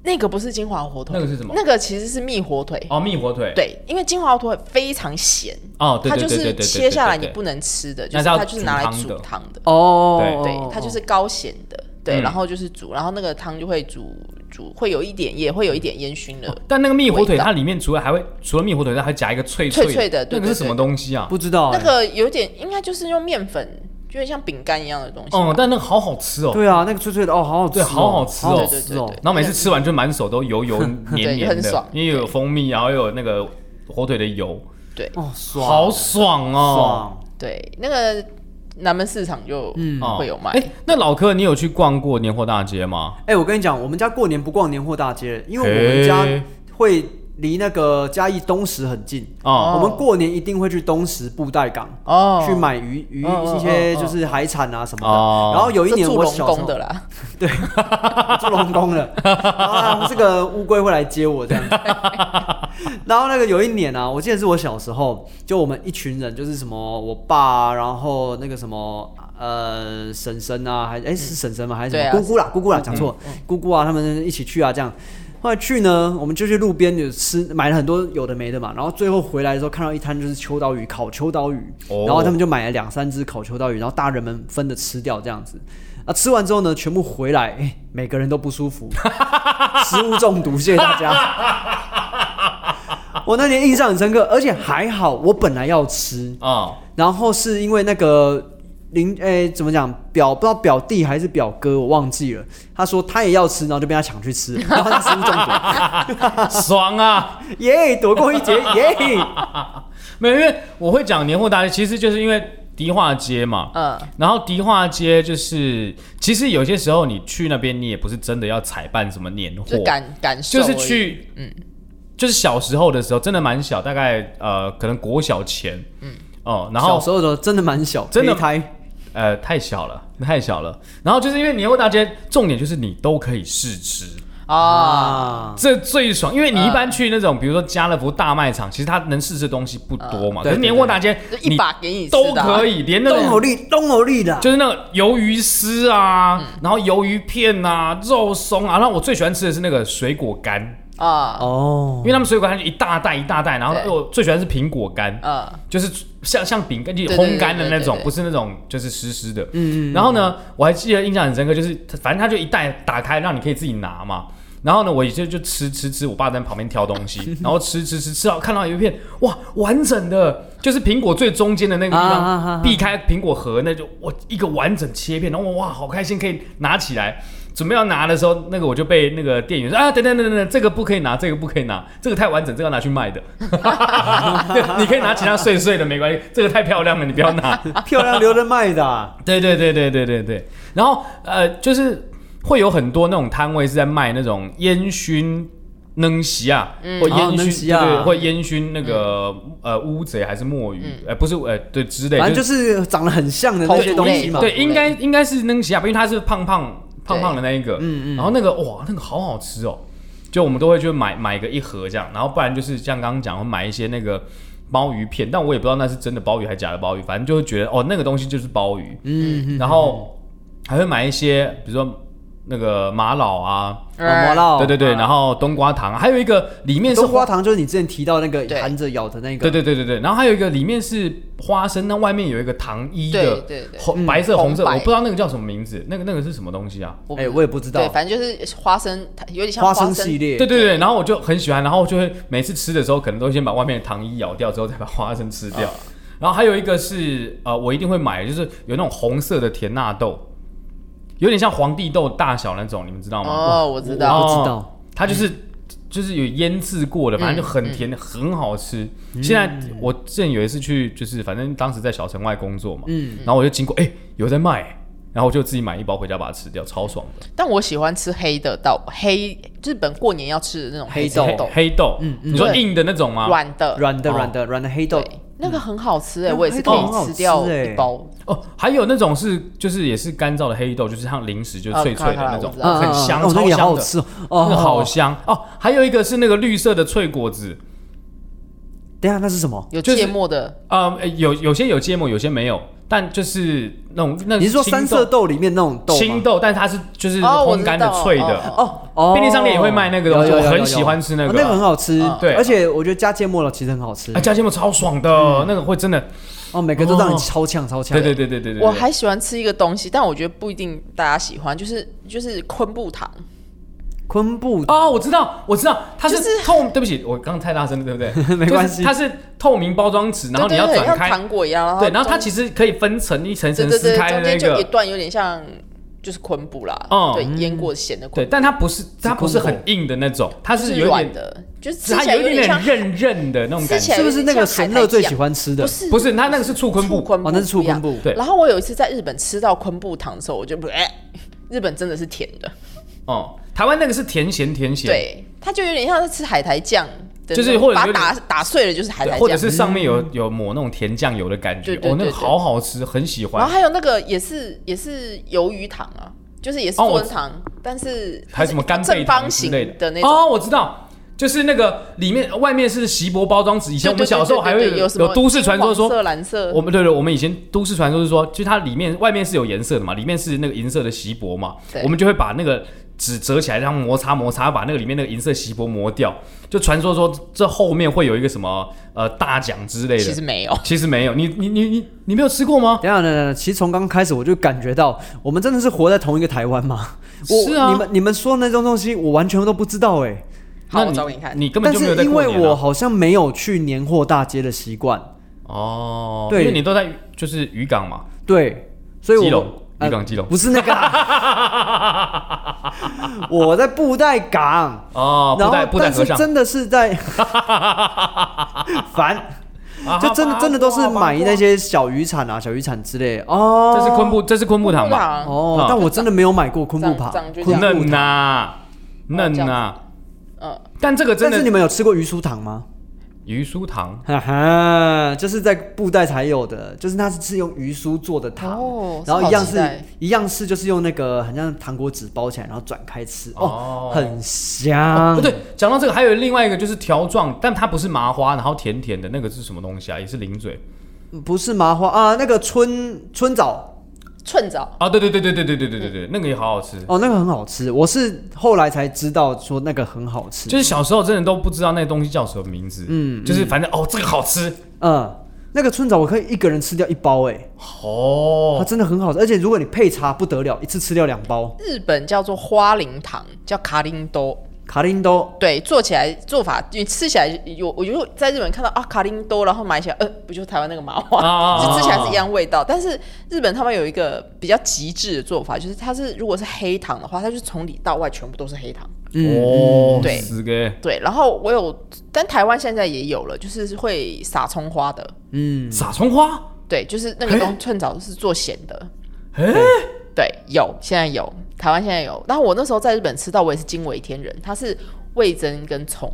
那个不是金华火腿，那个是什么那个其实是蜜火腿，哦，蜜火腿，，对，因为金华火腿非常咸，哦，对它对就对对是对，切下来你不能能吃的，就那是是要它就是拿来煮汤煮的汤的。哦，对，它就是高咸的，对，嗯然后就是煮，然后那个汤就会煮煮，会有一点，也会有一点烟熏的。但那个蜜火腿，味道它里面除了还会除了蜜火腿，它还夹一个脆脆脆的那对个是对什么对东西啊？不知道那哎。个有点，应该就是用面粉，就有点像饼干一样的东西吧。哦，但那个好好吃哦。对啊，那个脆脆的哦，好好吃对哦，好好吃哦好好对对吃对哦对。然后每次吃完就满手都油 油黏黏很的爽，因为又有蜂蜜，然后又有那个火腿的油，对哦，爽，好爽哦。爽。对，那个南门市场就嗯哦嗯会有卖。哎，那老柯，你有去逛过年货大街吗？哎、我跟你讲，我们家过年不逛年货大街，因为我们家嘿会离那个嘉义东石很近哦我们过年一定会去东石布袋港哦哎去买鱼鱼哦哦一些就是海产啊什么的。哦然后有一是年住我龙小时宫候的啦， 做龙宫了，啊，这个乌龟会来接我这样子。 然后那个有一年啊，我记得是我小时候，就我们一群人，就是什么我爸啊、然后那个什么呃婶婶啊，还哎是婶婶吗？还是什么、对啊嗯姑姑啦？姑姑啦，讲错，姑姑啊，他们一起去啊这样。后来去呢，我们就去路边就吃，买了很多有的没的嘛。然后最后回来的时候，看到一摊就是秋刀鱼，烤秋刀鱼。哦然后他们就买了两三只烤秋刀鱼，然后大人们分着吃掉这样子。啊，吃完之后呢，全部回来，哎，每个人都不舒 服，食物中毒，谢谢大家。 我那年印象很深刻，而且还好，我本来要吃，哦啊，然后是因为那个邻，哎，怎么讲，表不知道表弟还是表哥，我忘记了。他说他也要吃，然后就被他抢去吃，然后他食物中 毒，爽啊！耶，躲过一劫，耶。没有，因为我会讲年货大街，其实就是因为迪化街嘛。嗯，然后迪化街就是，其实有些时候你去那边，你也不是真的要采办什么年货，就感感受就而已，是去，嗯，就是小时候的时候，真的蛮小，大概呃，可能国小前，嗯，哦，然后小时候的时候真的蛮小，真的胚胎。呃，太小了，太小了。然后就是因为年货大街，重点就是你都可以试吃，啊，啊，这最爽，因为嗯你一般去那种，比如说家乐福大卖场，其实它能试吃的东西不多嘛。嗯可是对年货大街就一把给你吃都的啊可以，连那东种欧力，东欧力的，就是那种鱿鱼丝啊，嗯然后鱿鱼片啊，肉松啊，然后我最喜欢吃的是那个水果干，啊，哦因，为他们水果干就一大袋一大袋，然后对我最喜欢是苹果干，哦嗯，就是像像饼干，就对对烘干的那对对对种对，对不是那种就是湿湿的。嗯嗯。然后呢，我还记得印象很深刻，就是它反正它就一袋打开，让你可以自己拿嘛。然后呢，我也就就吃吃吃，我爸在旁边挑东西，然后吃吃吃吃到看到有一片哇完整的，就是苹果最中间的那个地方，啊啊啊啊避开苹果核，那就我一个完整切片，然后我哇好开心可以拿起来。准备要拿的时候，那个我就被那个店员说啊，等等等等等，这个不可以拿，这个不可以拿，这个太完整，这个要拿去卖的。 对你可以拿其他碎碎的没关系，这个太漂亮了，你不要拿。啊漂亮留着卖的啊、对对对对对对对。然后呃，就是会有很多那种摊位是在卖那种烟熏能席啊，或哦烟能熏、席啊嗯对对，或烟熏那个、呃乌贼还是墨鱼，呃不是呃对之类，反正就就是是长得很像的那些东西嘛。对，类应该应该是能席啊，因为它是胖胖胖胖的那一个，嗯嗯，然后那个哇那个好好吃哦，就我们都会去买买个一盒这样，然后不然就是像刚刚讲会买一些那个。鲍鱼片，但我也不知道那是真的鲍鱼还是假的鲍鱼，反正就会觉得哦，那个东西就是鲍鱼。嗯，然后还会买一些，比如说那个玛瑙啊，毛毛酪，对对对，然后冬瓜糖，还有一个里面是冬瓜花，糖就是你之前提到那个对含着咬的那个，对对对对对，然后还有一个里面是花生，那外面有一个糖衣的，对对对红白色红红色，白我不知道那个叫什么名字，那个那个是什么东西啊？我哎、我也不知道对，，反正就是花生，它有点像花生生系列，对对对，然后我就很喜欢，然后就会每次吃的时候，可能都先把外面的糖衣咬掉，之后再把花生吃掉。然后还有一个是呃，我一定会买的，就是有那种红色的甜纳豆，有点像皇帝豆大小那种，你们知道吗？哦，我知哦道，不知道。它就是、就是有腌制过嗯的，反正就很甜，很好吃。嗯现在我之前有一次去，就是反正当时在小城外工作嘛，嗯然后我就经过，哎、有在卖、然后我就自己买一包回家把它吃掉，超爽的。但我喜欢吃黑的到黑，日本过年要吃的那种嗯黑色豆嗯豆，黑豆，你说对硬的那种吗？软的，软的哦软的软的黑豆对，那个很好吃哎，嗯我也是黑可豆很好以吃掉吃欸一包，哦，还有那种是就是也是干燥的黑豆，就是像零食就是哦脆脆的看到嗯那种我，知道啊很香，哦，那超个也好香好的，吃哦，那个哦好。香哦。还有一个是那个绿色的脆果子，等一下那是什么？有就是芥末的，呃，有有些有芥末，有些没有，但就是那种那你是说青三豆色豆里面那种豆吗青豆，但是它是就是哦我烘知干的道脆的，哦哦哦，便利商店也会卖那个东西有有有有有我很喜欢吃那个哦那个很好吃嗯，对而且我觉得加芥末了其实很好吃啊，，加芥末超爽的，嗯那个会真的，哦，每个都让你哦超呛超呛，对对对对对对，我对还喜欢吃一个东西，但我觉得不一定大家喜欢，就是就是昆布糖，昆布哦，我知道，我知道，它是就是透，对不起，我刚刚太大声了， 对不对？没关就系是它是透明包装纸，然后你对要对对，转像开，糖果一样，对，然后它中其实可以分层一层一对层对撕对，开的中间那就一个，段有点像就是昆布啦，哦对，腌过咸的对，昆布，但它不是它不是空很硬的那种，它就是是有软点，的，就是吃它起来有有一点点像韧韧的那种感吃觉，起来是不是那个神乐最喜欢吃的不？是不是，它那个是醋昆醋布，昆布哦，那是醋昆不布一样。对然后我有一次在日本吃到昆布糖的时候，我就不哎、日本真的是甜的，哦，台湾那个是甜咸甜咸，对，它就有点像是吃海苔酱的那种，就是或者把有它点打打碎了就是海对苔或者酱。是上面有有抹那种甜酱油的感觉嗯对，对哦，那对个对好好吃，很喜然后欢。还有那个也是也是鱿鱼糖啊，就是也是哦我做成糖，但是还有什么干贝正糖之方形类的的那种。哦，我知道，就是那个里面呃外面是锡箔包装纸，以以前我们小时候还会有什么都市传说金说黄色。蓝色，我们对对，我们以前都市传说是说，就是它里面外面是有颜色的嘛，里面是那个银色的锡箔嘛对，我们就会把那个纸折起来，然后摩擦摩擦，把那个里面那个银色锡箔磨掉。就传说说这后面会有一个什么呃大奖之类的，其实没有。其实没有，你你你你你没有吃过吗？等一下，等一下等一下，其实从刚开始我就感觉到，我们真的是活在同一个台湾吗？我是啊你们你们说那种东西，我完全都不知道哎、好，那我找给你看。你根本但就没有是在因过为年啊、我好像没有去年货大街的习惯，哦，对因为你都在就是渔港嘛，对，所以我基隆呃渔港基隆不是那 个啊、我在布袋港，哦，然布后袋布袋但和是尚，真的 是在烦，啊就真的真的都是买那，八些小渔产啊、小渔产之类的哦卦八卦这是昆布，这是昆布糖糖吧？哦啊，但我真的没有买过昆布长扒长就，这昆样哦布嫩糖。呐，嫩这样呐，嗯，但这个真但是你的们有吃过鱼酥糖吗？鱼酥糖哈哈，就是在布袋才有的，就是它是用鱼酥做的糖，哦然后一样这好是期待一样是就是用那个很像糖果纸包起来，然后转开吃，哦，哦很哦香。不对，讲到这个还有另外一个就是条状，但它不是麻花，然后甜甜的那个是什么东西啊？也是零嘴不是麻花啊，那个春春枣寸枣啊？对对对对对对对对对对，那个也好好吃。哦，那个很好吃，我是后来才知道说那个很好吃，就是小时候真的都不知道那个东西叫什么名字，嗯，就是反正哦，这个好吃嗯，那个春枣我可以一个人吃掉一包，哎，它哦，真的很好吃，而且如果你配茶不得了，一次吃掉两包，日本叫做花铃糖，叫卡铃多。卡林都对，做起来做法，你吃起来有，我就在日本看到啊卡林多，然后买起来，呃，不就是台湾那个麻花，啊啊啊啊就吃起来是一样味道。但是日本他们有一个比较极致的做法，就是它是如果是黑糖的话，它就是从里到外全部都是黑糖。嗯哦，对四个对，然后我有，但台湾现在也有了，就是会撒葱花的。嗯撒葱花，对，就是那个东趁早是做咸的。哎，对，有，现在有，台湾现在有。但我那时候在日本吃到，我也是惊为天人，它是味增跟葱，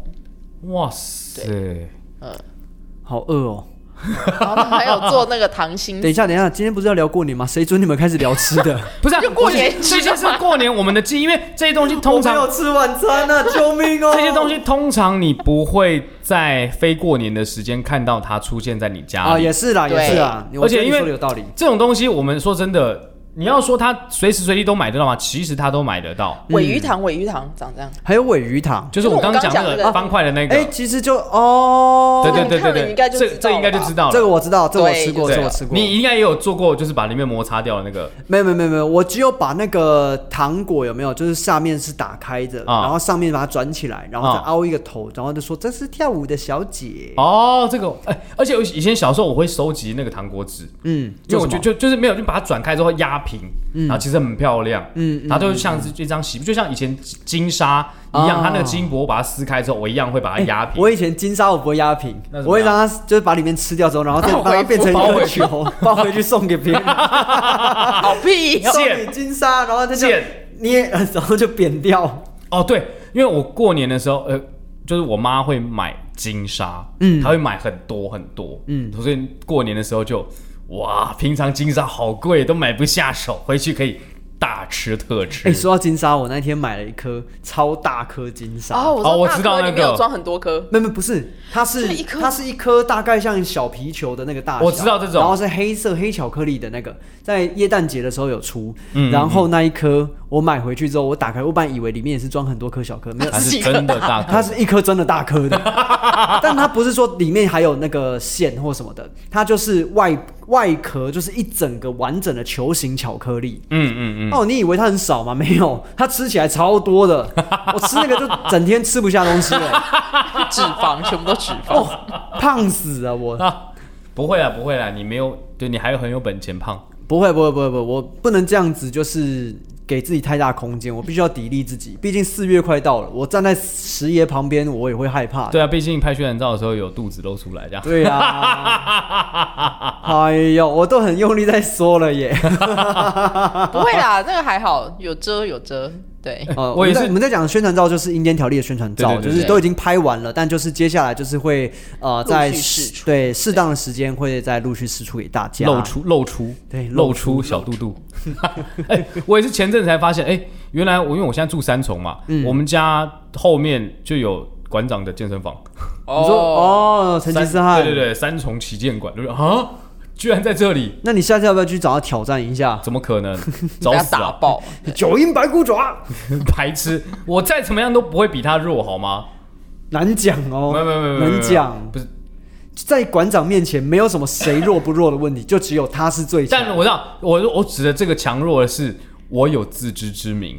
呃哇塞，好饿哦。然后它还有做那个糖心等一下，等一下，今天不是要聊过年吗？谁准你们开始聊吃 的？不是啊就过不是年吃这些是过年我们的记忆，因为这些东西通常吃晚餐 呢、救命哦这些东西通常你不会在非过年的时间看到它出现在你家啊，里，也是啦，也对是啦，我而且觉得你因为说的有道理，这种东西我们说真的，你要说它随时随地都买得到吗？其实它都买得到，尾鱼糖，尾鱼糖长这样。还有尾鱼糖，就是我刚刚讲那就是我刚讲那个个方块的那个哎、，其实就哦，对对对你看了对应该对，就知这道这应该就了吧知道了，这个我知道，这个我对吃过，对啊这个我吃过。你应该也有做过，就是把里面摩擦掉的那个没有没有没有没有，我只有把那个糖果有没有，就是下面是打开的，啊然后上面把它转起来，然后再啊凹一个头，然后就说这是跳舞的小姐。哦，这个哎、而且我以前小时候我会收集那个糖果纸，嗯，因为做我什就么就就是没有就把它转开之后压平，然后其实很漂亮，嗯，然后就像是一张喜，就像以前金沙一样，啊它那个金箔我把它撕开之后，我一样会把它压平。我以前金沙我不会压平那，怎么我会让它就是把里面吃掉之后， 然后再然后把它回复变成一包个回去球， 包回去送给别人。啊 好屁、贱哦！送你金沙，然后他就贱捏，然后就 扁掉。哦，对，因为我过年的时候，呃，就是我妈会买金沙，嗯，她会买很多很多，嗯，所以过年的时候就哇，平常金沙好贵，都买不下手，回去可以大吃特吃。哎、说到金沙，我那天买了一颗超大颗金沙。哦，哦我大知道颗里那面有个装很 多颗，没有没有不是，它是是一颗它是一颗大概像小皮球的那个大小，我知道这种然后是黑色黑巧克力的那个，在耶诞节的时候有出，嗯然后那一颗我买回去之后，我打开，我本来以为里面也是装很多颗小颗，没有它，是真的大颗，它是一颗真的大颗的，但它不是说里面还有那个馅或什么的，它就是外外壳就是一整个完整的球形巧克力。嗯嗯嗯，哦，你以为它很少吗？没有，它吃起来超多的，我吃那个就整天吃不下东西了，脂肪全部都脂肪。 哦，胖死了我！啊，不会啦，不会啦，你没有，对你还有很有本钱胖。不会不会不会不会，我不能这样子，就是给自己太大空间，我必须要砥砺自己，毕竟四月快到了，我站在石爷旁边，我也会害怕的。对啊，毕竟拍宣传照的时候有肚子露出来这样。对呀、啊 哎呦，我都 很用力在说了耶。哦不会啦，那个还好，有遮有遮。对，呃，我也是们在我们在讲的宣传照就是《阴间条例》的宣传照，对对对就是对都已经拍完了，但就是接下来就是会呃在陆续释出对适当的时间会再陆续释出给大家。露出露出，对露出小肚肚。 哎、我也是前阵子才发现，哎、原来我因为我现在住三重嘛，我们家后面就有馆长的健身房，你说哦，成吉思汗，三对对对，三重旗舰馆，对不对？啊，居然在这里，那你下次要不要去找他挑战一下？怎么可能？被找他死打啊！爆，九阴白骨爪， 白痴，我再怎么样都不会比他弱，好吗？难讲哦，没有没有没有没有，难讲。不是。在馆长面前，没有什么谁弱不弱的问题，就只有他是最强。但我知道，我我指的这个强弱的是，我有自知之明，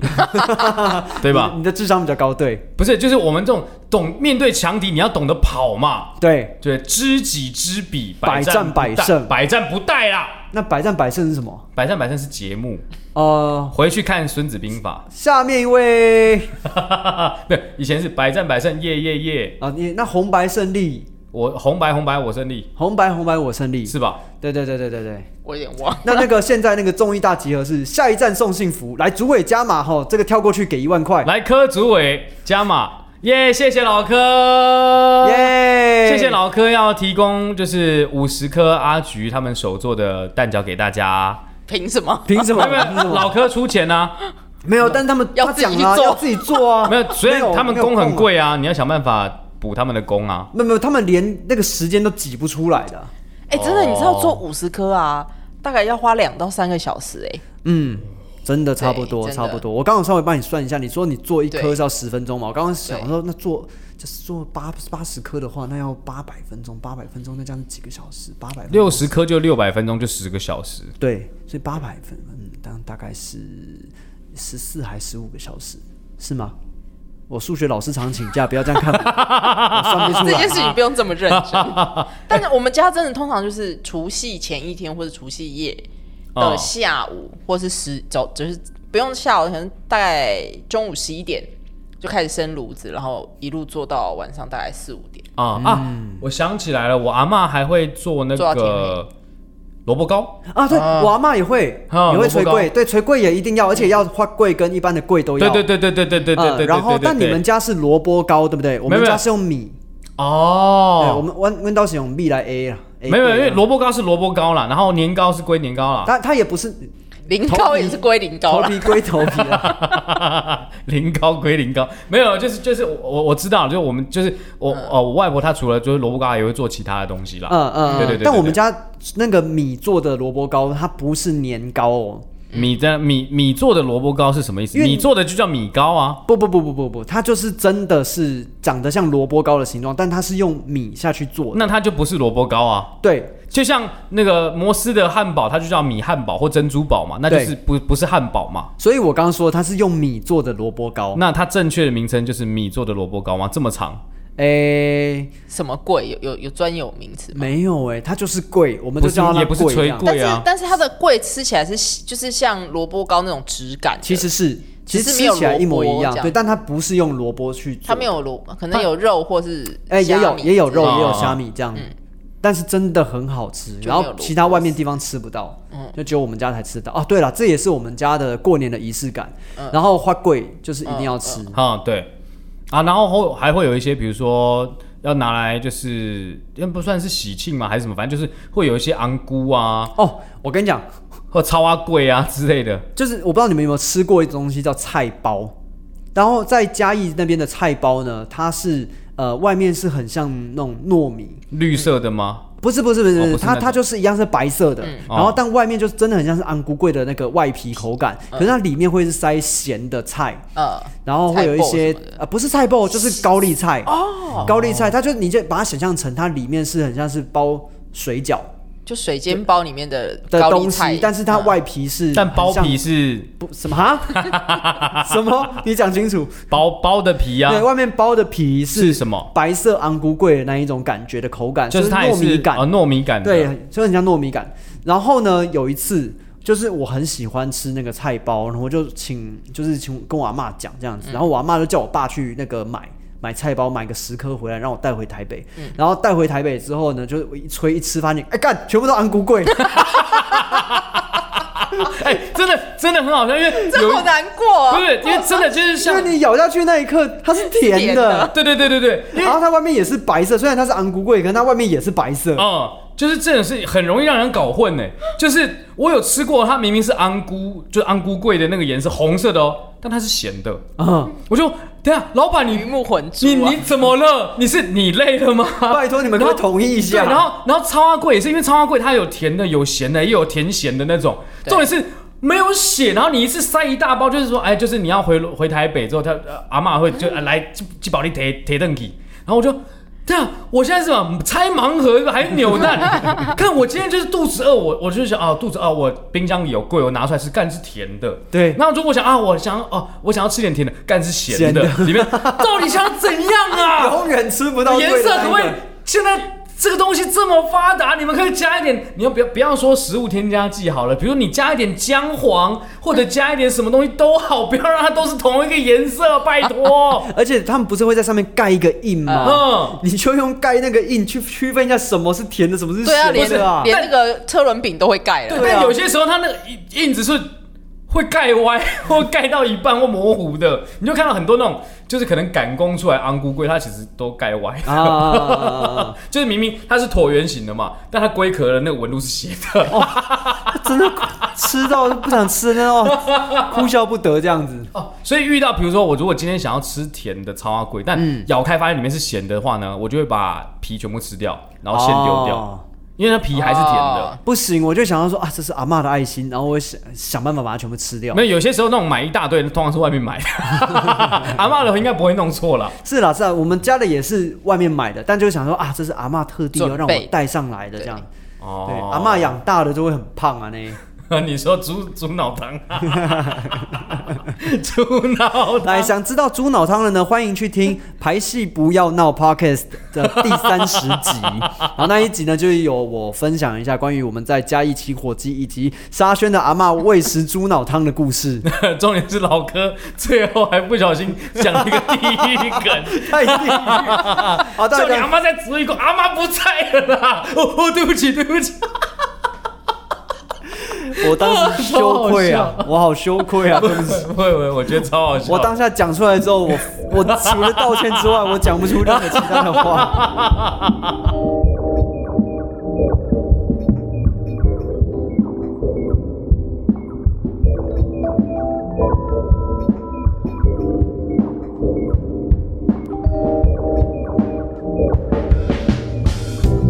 对吧？你的智商比较高，对不是，就是我们这种懂面对强敌，你要懂得跑嘛。对。对，知己知彼，百战战不百胜殆百战不殆啦。那百战百胜是什么？百战百胜是节目，呃，回去看《孙子兵法下面一位》对，以前是百战百胜，耶耶耶！啊，你那红白胜利，我红白红白我胜利，红白红白我胜利。是吧？对对对对对对。我有点忘。那那个现在那个综艺大集合是下一站送幸福，来主委加码哈，这个跳过去给一万块，来，柯主委加码，耶、谢谢老柯，耶！谢谢老柯要提供就是五十颗阿菊他们手做的蛋饺给大 家，凭 什么？凭什么？因为凭什么？老柯出钱啊，没有，但他们要他自己讲去啊，做要自己做啊，没有，所以他们没有工很啊。贵啊，你要想办法补他们的工啊。没有没有，他们连那个时间都挤不出来的。哎、真的，哦你知道做五十颗啊，大概要花两到三个小时、哎，嗯，真的差不多，对真差的不多。我刚刚稍微帮你算一下，你说你做一颗对是要十分钟嘛？我刚刚想说，那做就是做八八十颗的话，那要八百分钟，八百分钟那这样几个小时？八百六十颗就六百分钟，就十个小时。对，所以八百分，嗯，当大概是十四还十五个小时，是吗？我数学老师常请假，不要这 样看我，我算不出 这件来事。情不用这么认 真。但是我们家真的通常就是除夕前一天或者除夕夜哦的下午，或是十早，就是不用下午，可能大概中午十一点就开始生炉子，然后一路做到晚上大概四五点。啊、嗯啊！我想起来了，我阿嬷还会做那做到天个萝卜糕，啊，对，我阿妈也会，啊也会捶萝卜柜，糕对，捶柜也一定要，而且要花柜跟一般的柜都要。对对对对对对对对对嗯对。然对后，但你们对家是萝卜糕，对不对？我没有们没有家是用米，对，我哦，们温温刀是用米来 A 啊。A 没有，贵因啊为萝卜糕是萝卜糕啦，然后年糕是归年糕啦， 它它也不是零头高皮也是归零高头了，皮归头皮 啊，零糕归零糕，没有，就是就是我我我知道，就是我们就是我哦，我外婆她除了就是萝卜糕，还会做其他的东西啦。嗯嗯，对对对嗯对但我对们家那个米做的萝卜糕，它不是年糕哦，米的米米做的萝卜糕是什么意思？因为米做的就叫米糕啊。不不不不不不，它就是真的是长得像萝卜糕的形状，但它是用米下去做的。那它就不是萝卜糕啊，对就像那个摩斯的汉堡，它就叫米汉堡或珍珠堡嘛，那就是对不不是汉堡嘛。所以我刚刚说它是用米做的萝卜糕。那它正确的名称就是米做的萝卜糕吗？这么长？诶、什么贵有有有专有名词吗？没有诶、它就是贵，我们不就是叫它也不是贵这捶样贵但是、啊但是它的贵吃起来是就是像萝卜糕那种质感的，其实是其实只是没有吃起来一模一萝卜样这，样对，但它不是用萝卜去做，它没有萝，可能有肉或是诶、哎也虾有米也有肉之类的也有虾米这样。但是真的很好吃，就没有然后萝卜嗯其他外面地方吃不到，就只有我们家才吃到。哦，对了，这也是我们家的过年的仪式感。嗯然后花贵就是一定要吃，啊、对啊，然后后还会有一些，比如说要拿来就是，因为不算是喜庆嘛，还是什么，反正就是会有一些昂菇啊哦，我跟你讲，或超阿贵啊 之类的。就是我不知道你们有没有吃过一种东西叫菜包，然后在嘉义那边的菜包呢，它是呃外面是很像那种糯米，绿色的吗？不是不是不是，哦不是那它种嗯哦它就是一样是白色的，然后但外面就是真的很像是安菇桂的那个外皮口感，嗯可是它里面会是塞咸的菜，呃，然后会有一些菜脯什么的呃，不是菜爆，就是高丽菜哦，高丽菜，它就你就把它想象成它里面是很像是包水饺就水煎包里面的的高丽东菜西，，但是它嗯外皮是但包很皮像是不什么哈 什么？你讲清楚，包包的皮啊对，，外面包的皮是是什么？白色昂菇桂的那一种感觉的口感，就是它也糯是米感啊，糯米感的。对，就很像糯米感。然后呢，有一次就是我很喜欢吃那个菜包，然后我就请就是请跟我阿妈讲这样子，嗯然后我阿妈就叫我爸去那个买。买菜包买个十颗回来，让我带回台北。然后带回 台北之后呢，就是我一吹一吃，发现哎干，全部都安菇贵。哎、真的真的很好笑，因为有这一好难哦过、啊不是因为真的就是因像为你咬下去那一刻，它是甜甜的的，对对对对对，因为然后它外面也是白色，虽然它是昂古贵，可是它外面也是白色。哦、就是这种是很容易让人搞混呢。就是我有吃过，它明明是安菇，就是安菇桂的那个颜色，红色的哦，但它是咸的。嗯，我就等一下，老板鱼你目混珠、啊。你你怎么了？你是你累了吗？ 拜托你们可不可以统一一对，下？然后然后超阿贵也是，因为超阿贵它有甜的，有咸的，也有甜咸的那种。对重点是没有血，然后你一次塞一大包，就是说，哎，就是你要回回台北之后，他、呃阿嬷会就、呃来寄寄保利铁铁凳体，然后我就。对啊，我现在是什么拆盲盒还扭蛋？ 看我今天就是肚子饿，我我就想啊，肚子饿，我冰箱里有贵，我拿出来吃，干是甜的。对那如果我想啊，我想哦、我想要吃点甜的，干是咸的。咸里面到底想怎样啊？ 永远吃不到颜对的色那可一不可以个？现在这个东西这么发达，你们可以加一点，你要不要不要说食物添加剂好了，比如你加一点姜黄或者加一点什么东西都好，不要让它都是同一个颜色，拜 托。而且他们不是会在上面盖一个印吗？嗯，你就用盖那个印去区分一下什么是甜的，什么是对啊，咸连的啊。连那个车轮饼都会盖了。对啊但有些时候它那个印印子是。会盖歪 或盖到一半或模糊的，你就看到很多那种，就是可能赶工出来昂咕龟，它其实都盖歪，啊，就是明明它是椭圆形的嘛，但它龟壳的那个纹路是斜的。啊真的吃到不想吃的那种，哭笑不得这样子。哦，所以遇到比如说我如果今天想要吃甜的超阿贵，但嗯咬开发现里面是咸的话呢，我就会把皮全部吃掉，然后馅丢掉，哦因为它皮还是甜的哦。不行，我就想要说啊，这是阿嬷的爱心，然后我想想办法把它全部吃掉没。有，有些时候那种买一大堆，通常是外面买的。 阿嬷的应该不会弄错了。是啦是啦，我们家的也是外面买的，但就想说啊，这是阿嬷特地要让准备我带上来的这样。对，哦，阿嬷养大的就会很胖啊呢。嬷， 你说猪猪脑汤， 猪脑汤，来，想知道猪脑汤的呢，欢迎去听《排戏不要闹》Podcast 的第三十集。然后那一集呢，就是有我分享一下关于我们在嘉义起火鸡以及沙宣的阿嬷喂食猪脑汤的故 事。重点是老哥最后还不小心讲了一个地狱梗。太地狱了！好， 大叫你家阿妈再煮一口，阿妈不在了啦！哦哦，对不起，对不起。我当时羞愧啊，我好羞愧啊，对不起。 不会不会，我觉得超好笑。我当下讲出来之后，我我除了道歉之外，我讲不出任何其他的话。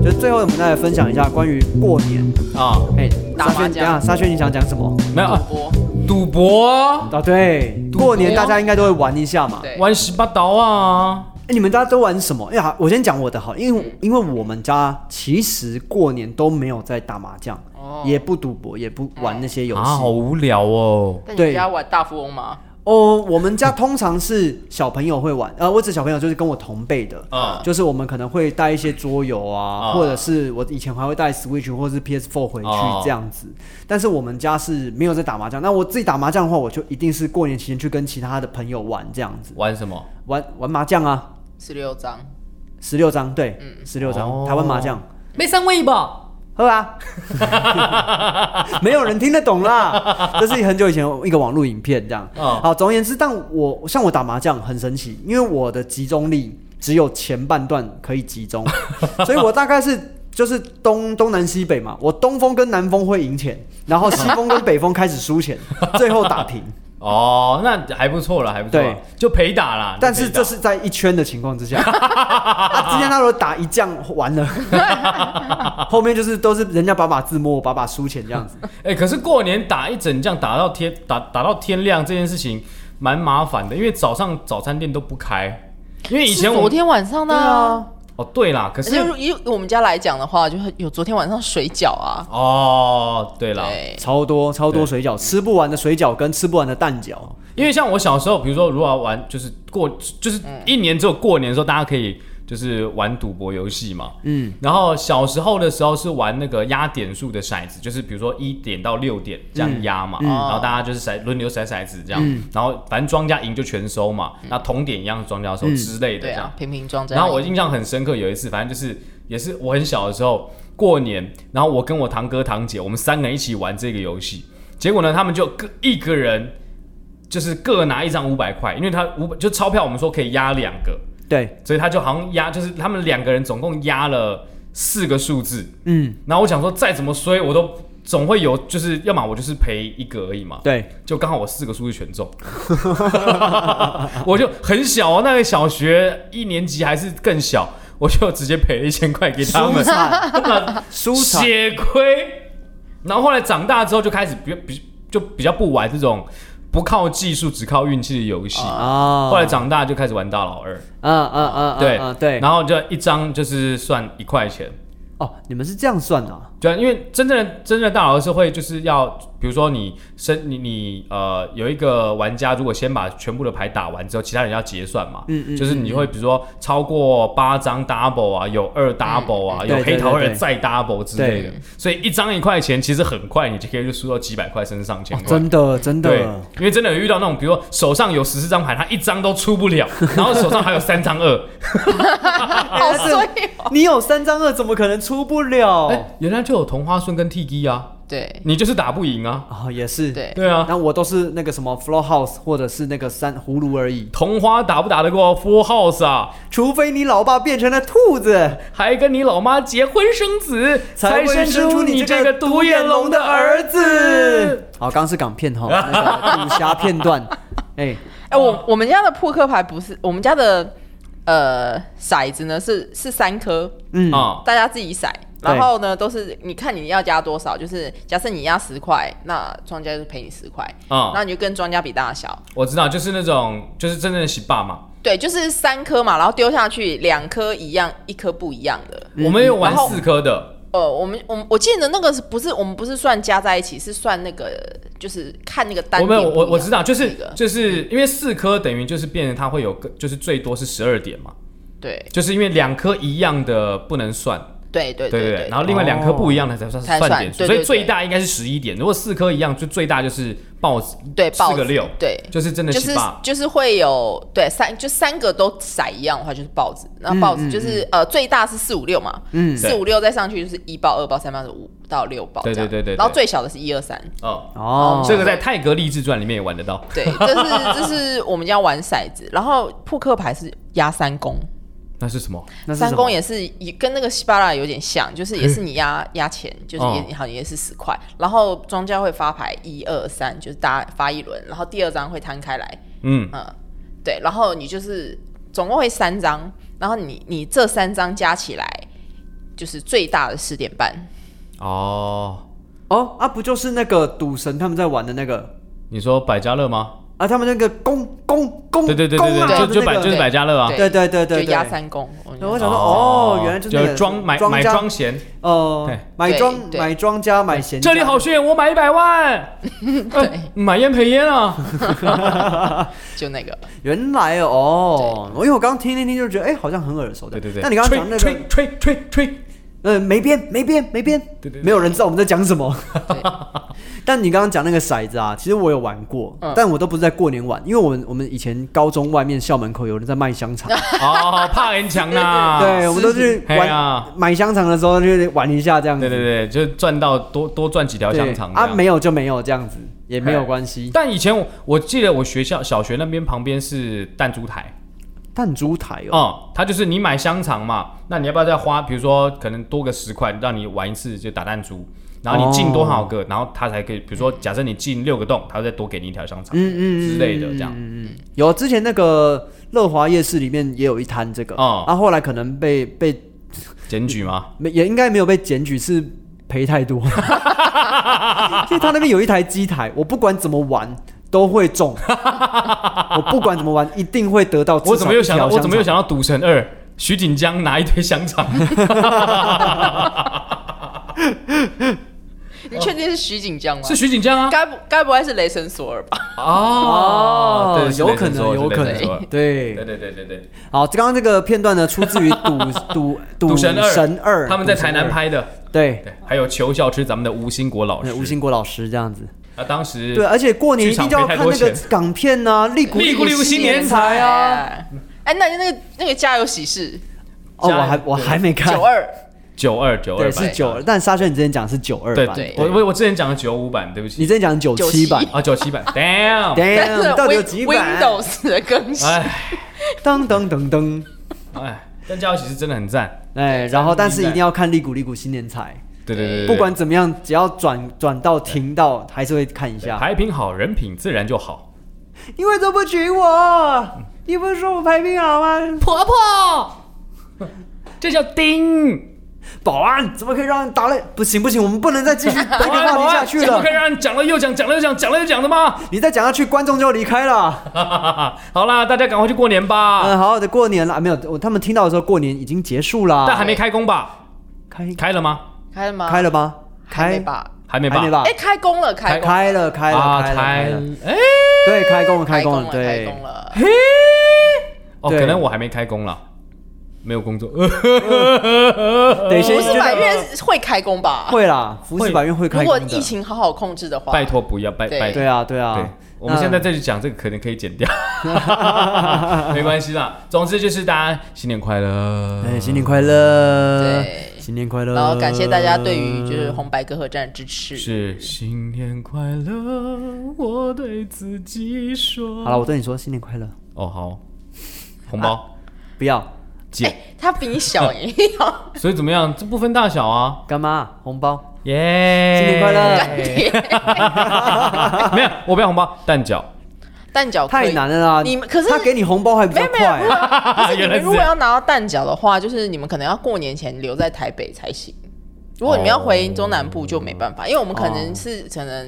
就最后，我们再来分享一下关于过年。啊，哎，打沙麻宣，等一将下，沙宣，你想讲什么？没有啊播赌博，啊，对，过年大家应该都会玩一下嘛。对玩十八刀啊，哎、你们大家都玩什么？哎呀，我先讲我的好，因为因为我们家其实过年都没有在打麻将，哦也不赌博，也不玩那些游戏。啊，好无聊哦。但对你家玩大富翁吗？哦，我们家通常是小朋友会玩，呃，我指小朋友就是跟我同辈的，啊就是我们可能会带一些桌游啊，啊或者是我以前还会带 Switch 或者是 PS4 回去哦这样子。但是我们家是没有在打麻将，那我自己打麻将的话，我就一定是过年期间去跟其他的朋友玩这样子，玩什么？玩玩麻将啊，十六张，十六张，对，十六张、哦台湾麻将。没上位吧？喝啊！没有人听得懂啦，这是很久以前一个网络影片这样。哦好，总而言之，但我像我打麻将很神奇，因为我的集中力只有前半段可以集中，所以我大概是。就是东东南西北嘛，我东风跟南风会赢钱，然后西风跟北风开始输钱，最后打平。哦，那还不错了，还不错对啦，就陪打啦。但是就陪打这是在一圈的情况之下，啊、今天他如果打一将完了，后面就是都是人家把把自摸，把把输钱这样子。哎，可是过年打一整仗，打到天打打到天亮这件事情蛮麻烦的，因为早上早餐店都不开，因为以前是我昨天晚上的啊。哦对啦，可而是且以我们家来讲的话，就是有昨天晚上水饺啊，哦对啦，对，超多超多对水饺，吃不完的水饺跟吃不完的蛋饺，因为像我小时候，比如说如果要玩，就是过，就是嗯一年只有过年的时候，大家可以就是玩赌博游戏嘛。嗯，然后小时候的时候是玩那个压点数的骰子，就是比如说一点到六点这样压嗯嘛，然后大家就是骰轮流骰骰子这样，然后反正庄家赢就全收嘛，那同点一样是庄家收之类的对这样啊，。瓶瓶装装。然后我印象很深刻，有一次，反正就是也是我很小的时候过年，然后我跟我堂哥堂姐，我们三个人一起玩这个游戏。结果呢，他们就各一个人就是各拿一张五百块，因为他五百就钞票我们说可以压两个，对，所以他就好像压就是他们两个人总共压了四个数字。嗯，然后我想说再怎么衰我都总会有，就是要么我就是赔一个而已嘛。对，就刚好我四个数字全中， 我就很小哦，那个小学一年级还是更小，我就直接赔了一千块给他输们， 惨，那输惨，血亏。然后后来长大之后就开始比比就比较不玩这种不靠技术只靠运气的游戏。啊后来长大就开始玩大老二，啊啊啊啊对啊对，然后就一张就是算一块钱，哦，你们是这样算的啊？对啊，因为真正的真正的大佬是会就是要，比如说你身你你呃有一个玩家，如果先把全部的牌打完之后，其他人要结算嘛，嗯嗯就是你会比如说超过八张 double 啊，有二 double 啊，嗯有对黑对桃对二对再 double 之类的对，所以一张一块钱，其实很快你就可以就输到几百块甚至上千哦，块。真的真对的，，因为真的有遇到那种，比如说手上有十四张牌，他一张都出不了，然后手上还有三张 二，好 衰哦。你有三张二，怎么可能出不了？哎、原来就有同花顺跟 T G 啊， 对你就是打不赢啊，啊、也是，对对啊，那我都是那个什么 floor house 或者是那个三葫芦而已，同花打不打得过 Four House 啊？除非你老爸变成了兔子，还跟你老妈结婚生子，才生会生出你你这个个独独眼眼龙龙的的儿儿子子。。好，刚刚是港片哈，那个武侠片段，哎、哎、嗯我我们家的扑克牌不是我们家的呃骰子呢，是是三颗，嗯，啊、大家自己骰。对然后呢，都是你看你要加多少，就是假设你压十块，那庄家就赔你十块，啊那你就跟庄家比大小。我知道，就是那种就是真正的洗爸嘛。对，就是三颗嘛，然后丢下去，两颗一样，一颗不一样的。我们有玩然后四颗的，呃，我们我们我记得那个是不是我们不是算加在一起，是算那个就是看那个单我点们有不一我样我知道，就那是个就是因为四颗等于就是变成它会有个就是最多是十二点嘛，对就是因为两颗一样的不能算，对对对对对，哦然后另外两颗不一样的才算才算算点数，对所对以最对大应该是十一点。如果四颗一样，就最大就是豹子对四豹个子六，对就是真的就是洗爸。就是会有对三就三个都骰一样的话就是豹子，然后豹嗯子就是、呃最大是四五六嘛，嗯四五六再上去就是一豹二豹三豹五到六豹这对样，对对对对然后最小的是一二三，哦，哦，这个在《泰格励志传》里面也玩得到。对，这是这是我们家玩骰子，然后扑克牌是压三公，那是什么？那是什么三公也是也跟那个西巴拉有点像，就是也是 你压压钱，就是哦也、好像也是十块，然后庄家会发牌一二三，就是大家发一轮，然后第二张会摊开来，嗯，嗯，对，然后你就是总共会三张，然后你你这三张加起来就是最大的十点半，哦，哦啊，不就是那个赌神他们在玩的那个你说百家乐吗？啊，他们那个公公公对对对公对啊对，的就就那百个就是百家乐啊。对对对对就压对三公，我然后我就想说，哦，原来就是那个装买买家装 闲，哦对，买庄对对买庄家买闲家，这里好炫，我买一百 万，哎买烟赔烟啊。就那个，原来哦，因为我刚刚听听听就觉得，哎，好像很耳熟的。对对对，那你刚刚讲那吹个，吹吹吹吹，呃，没编没编没编对对，对没有人知道我们在讲什么对。 但你刚刚讲那个骰子啊，其实我有玩过，嗯但我都不是在过年玩，因为我们我们以前高中外面校门口有人在卖香肠，哦，怕人强啊。 对，我们都去嘿啊玩买香肠的时候就玩一下这样子对。对对，就赚到多多赚几条对香肠这啊，样没有就没有这样子，也没有关系。但以前我我记得我学校小学那边旁边是弹珠台，弹珠台哦，嗯，它就是你买香肠嘛，那你要不要再花，比如说可能多个十块，让你玩一次就打弹珠，然后你进多少个，哦然后它才可以，比如说假设你进六个洞，它再多给你一条香肠，嗯嗯之类的这样，有之前那个乐华夜市里面也有一摊这个，哦啊，后来可能被被检举吗？没也应该没有被检举，是赔 太多。因为他那边有一台机台，我不管怎么玩都会中，我不管怎么玩一定会得到。我怎么又想到，我怎么又？想到赌神二？徐锦江拿一堆香肠， 你确定是徐锦江吗？是徐锦江啊！该不该不会是雷神索尔吧？哦对，是有雷可神能，索尔有可是雷神索尔能，对对。对对对对，好，刚刚这个片段呢，出自于 赌赌赌神二，神二，他们在台南赌神二，拍的，对，对，还有裘笑之，咱们的吴兴国老师，那吴兴国老师这样子。啊，当时对，而且过年一定就要看那剧场个赔太多钱港片呐、啊，《利古利古利古新年财》啊。！哎，那那个那个家有喜事哦，我家还我还没看九。二，九二九二对，是九，但沙宣你之前讲是九二对版，对我我我之前讲的九五版，对不你起，之前讲九七版。啊九七版，damn，但 是 Damn，到底哎有 Win 几啊版？ Windows 的更新，哎噔噔噔噔，哎，但加油其实真的很赞，哎，然后但是一版定要看利谷利谷新年财，对对对对，对不管怎么样，只要转转到停到，还是会看一下。牌品好，人品自然就好，你为什么不娶我？你不是说我排名好吗？婆婆，这叫丁，保安怎么可以让人打累？不行不行，我们不能再 继续这个话题下去这不了可以。让人哎讲了又讲，讲了又讲，讲了又讲的吗？ 你再讲下去，观众就要离开了。哈哈哈哈好啦，大家赶快去过年吧，嗯，好好的过年了，啊没有，我他们听到的时候，过年已经结束了。但还没开工吧？开开了吗？开了吗？开了吗？还没开吧？还没吧？还没吧哎，？开工了，开工，开了开了啊，开了开开了，哎，对，开工了开开工工了，了，开对工。了。嘿，哦，对可能我还没开工了，没有工作，呃得先不是满月会开工吧？会啦，服饰百院会如开果工的疫。情好好控制的话，拜托不要，拜对拜对啊对对啊，，我们现在这里讲这个可能可以 剪掉，没关系啦。总之就是大家新年快乐，哎，新年快乐！对新年快乐！然后感谢大家对于就是红白歌合战的支持。是新年快乐，我对自己说。好了，我对你说新年快乐，哦好，红包不要啊哎姐，，他比你小一样，所以怎么样？这不分大小啊，干妈红包，耶！新年快乐！ 没有，我不要红包，蛋饺。蛋饺可以太难了啦！哦你们可是他给你红包还比较没没有，如快，啊果 不是你啊 原来们是如这果样要拿到蛋饺的话，就是你们可能要过年前留在台北才行。如果你们要回中南部就没哦办法，因为我们可能是可能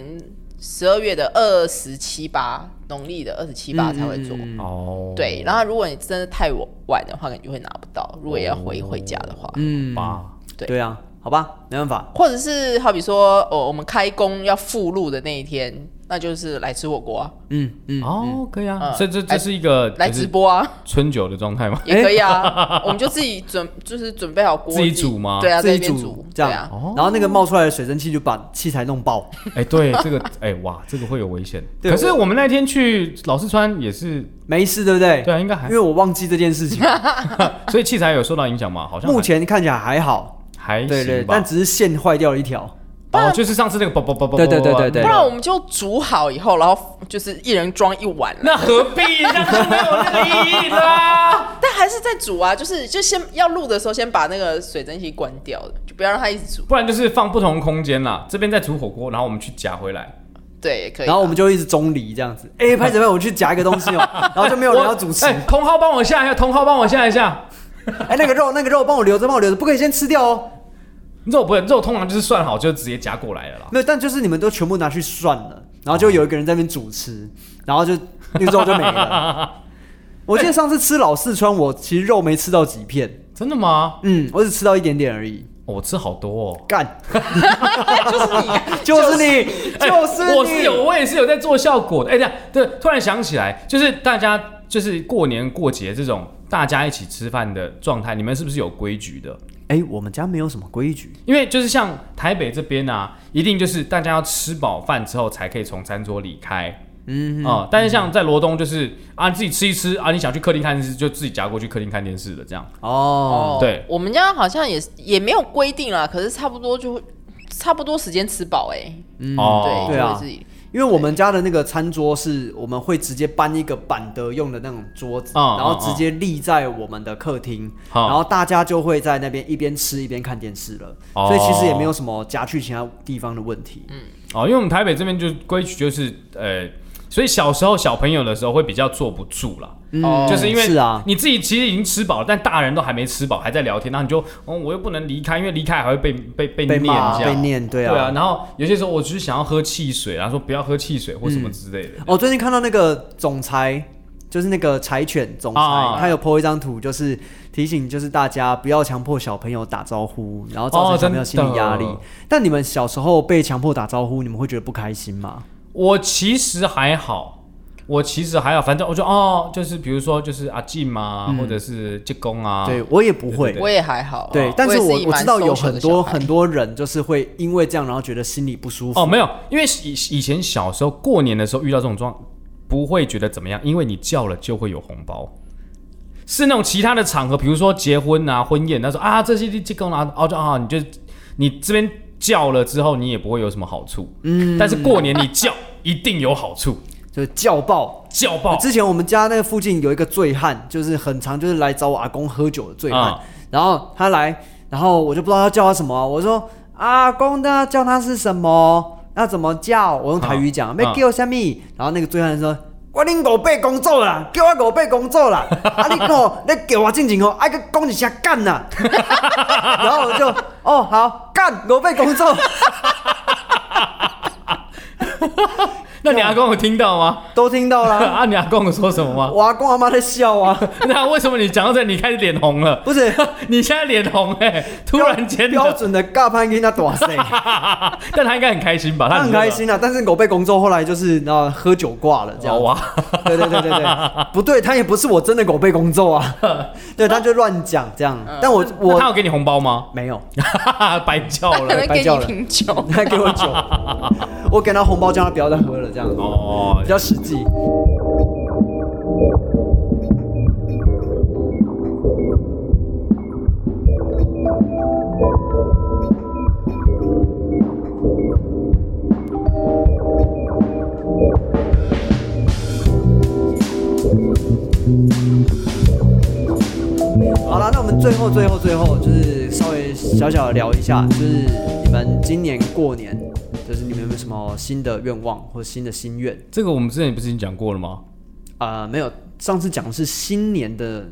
十二月的二十七八，农历的二十七八才会做。嗯哦，对，然后如果你真的太晚的话，可能就会拿不到。如果要回回家的话，嗯，吧，对对啊，好吧，没办法，或者是好比说，哦，我们开工要附录的那一天，那就是来吃火锅、啊，嗯嗯，哦，可以啊，嗯这这这是一个来就是直播啊，春酒的状态吗？也可以啊。 我们就自己准，就是准备好锅，自己煮吗对啊，自在那己边煮煮，这对样啊。，哦然后那个冒出来的水蒸气就把器材弄爆， 哎，对，这个哎哇，这个会有危险。对可是我们那天去老四川也是，没事，对不对？对啊，应该哎因还，为我忘记这件事 情，所以器材有受到影响吗？好像还目前看起来还好，还对对，行吧但。只是线坏掉了一条，哦，就是上次那个啵啵啵啵啵对对对啵对对不然我们就煮好以后，然后就是一人装一碗了。那何必？这样就没有那个意义啦。但还是在煮啊，就是就先要录的时候，先把那个水蒸气关掉，就不要让它一直煮。不然就是放不同空间啦，这边在煮火锅，然后我们去夹回来。对，也可以啊。然后我们就一直中离这样子， 哎，拍怎么样？我去夹一个东西哦，然后就没有人要主持哎，同浩帮我下一下，同浩帮我下一下。哎，那个肉，那个肉帮我留着，帮我留着，不可以先吃掉哦。肉不肉通常就是算好就直接夹过来了啦。没有，但就是你们都全部拿去涮了，然后就有一个人在那边主持，然后就那个肉就没了。 我记得上次吃老四川，我其实肉没吃到几片，真的吗？嗯，我只吃到一点点而已。哦我吃好多哦。 干，就是 你，就是啊你， 就是你，哎我是有，我也是有在做效果的。哎、这样对，突然想起来，就是大家就是过年过节这种大家一起吃饭的状态，你们是不是有规矩的？哎、我们家没有什么规矩，因为就是像台北这边啊，一定就是大家要吃饱饭之后才可以从餐桌离开。嗯啊、但是像在罗东就是啊，你自己吃一吃啊，你想去客厅看电视就自己夹过去客厅看电视的这样。哦，对我们家好像也是也没有规定啦，可是差不多就会差不多时间吃饱哎、哦，对，对啊就会自己因为我们家的那个餐桌是我们会直接搬一个板的用的那种桌子，嗯然后直接立在我们的客厅，好然后大家就会在那边一边吃一边看电视了，哦所以其实也没有什么夹去其他地方的问题。哦，因为我们台北这边就规矩就是，呃，所以小时候小朋友的时候会比较坐不住啦，哦就是因为是啊你自己其实已经吃饱了，但大人都还没吃饱，还在聊天，那你就，哦，我又不能离开，因为离开还会被被被被念骂这被样。念，对对啊。啊，然后有些时候我只是想要喝汽水，然后说不要喝汽水或什么之类的。哦，最近看到那个总裁，就是那个柴犬总裁，啊他有 po 一张图，就是提醒就是大家不要强迫小朋友打招呼，然后造哦成小朋友心理压力。真的但你们小时候被强迫打招呼，你们会觉得不开心吗？我其实还好，我其实还好，反正我就哦，就是比如说就是阿进嘛，或者是济公啊，嗯对我也不会。对我也还好啊、对，但是是我一我蛮知道有 social 的很多小孩很 多人就是会因为这样，然后觉得心里不舒服。哦，没有，因为以以前小时候过年的时候遇到这种状，不会觉得怎么样，因为你叫了就会有红包。是那种其他的场合，比如说结婚啊、婚宴，他说啊这些这个拿哦就啊你就你这边叫了之后，你也不会有什么好处。嗯，但是过年你叫一定有好处，就是叫爆。叫爆。之前我们家那个附近有一个醉汉，就是很常就是来找我阿公喝酒的醉汉，嗯然后他来，然后我就不知道他叫他什么啊，我说阿公那叫他是什么？要怎么叫？我用台语讲，嗯要叫什么？然后那个醉汉说。我恁五辈工作啦，叫我五辈工 作啦，啊你哦，你叫我进前哦，爱个讲一声干呐， 然后我就哦好干五辈 工作，那你阿公有听到 吗？都听到啦，啊，你阿公有说什么吗？我阿公阿妈在笑啊，那为什么你讲到这里你开始脸红了？ 不是你现在脸红哎、突然间标的，准的尬潘跟他啊大声，但他应该很开心吧？他他很开。心啊。但是狗被工作后来就是然后喝酒挂了这样哦子。哇，对对对 对对，不对，他也不是我真的狗被工作啊，对，他就乱讲这样。但我嗯那他有我给你红包 吗？没有，白叫他可了能给你瓶 酒。他给我酒，我给他红包叫他不要再喝了这样， 哦比。较实际。好了，那我们最后、最后、最后，就是稍微小小的聊一下，就是你们今年过年，就是你们有没有什么新的愿望或新的心愿？这个我们之前不是已经讲过了吗？啊，没有，上次讲的是新年的，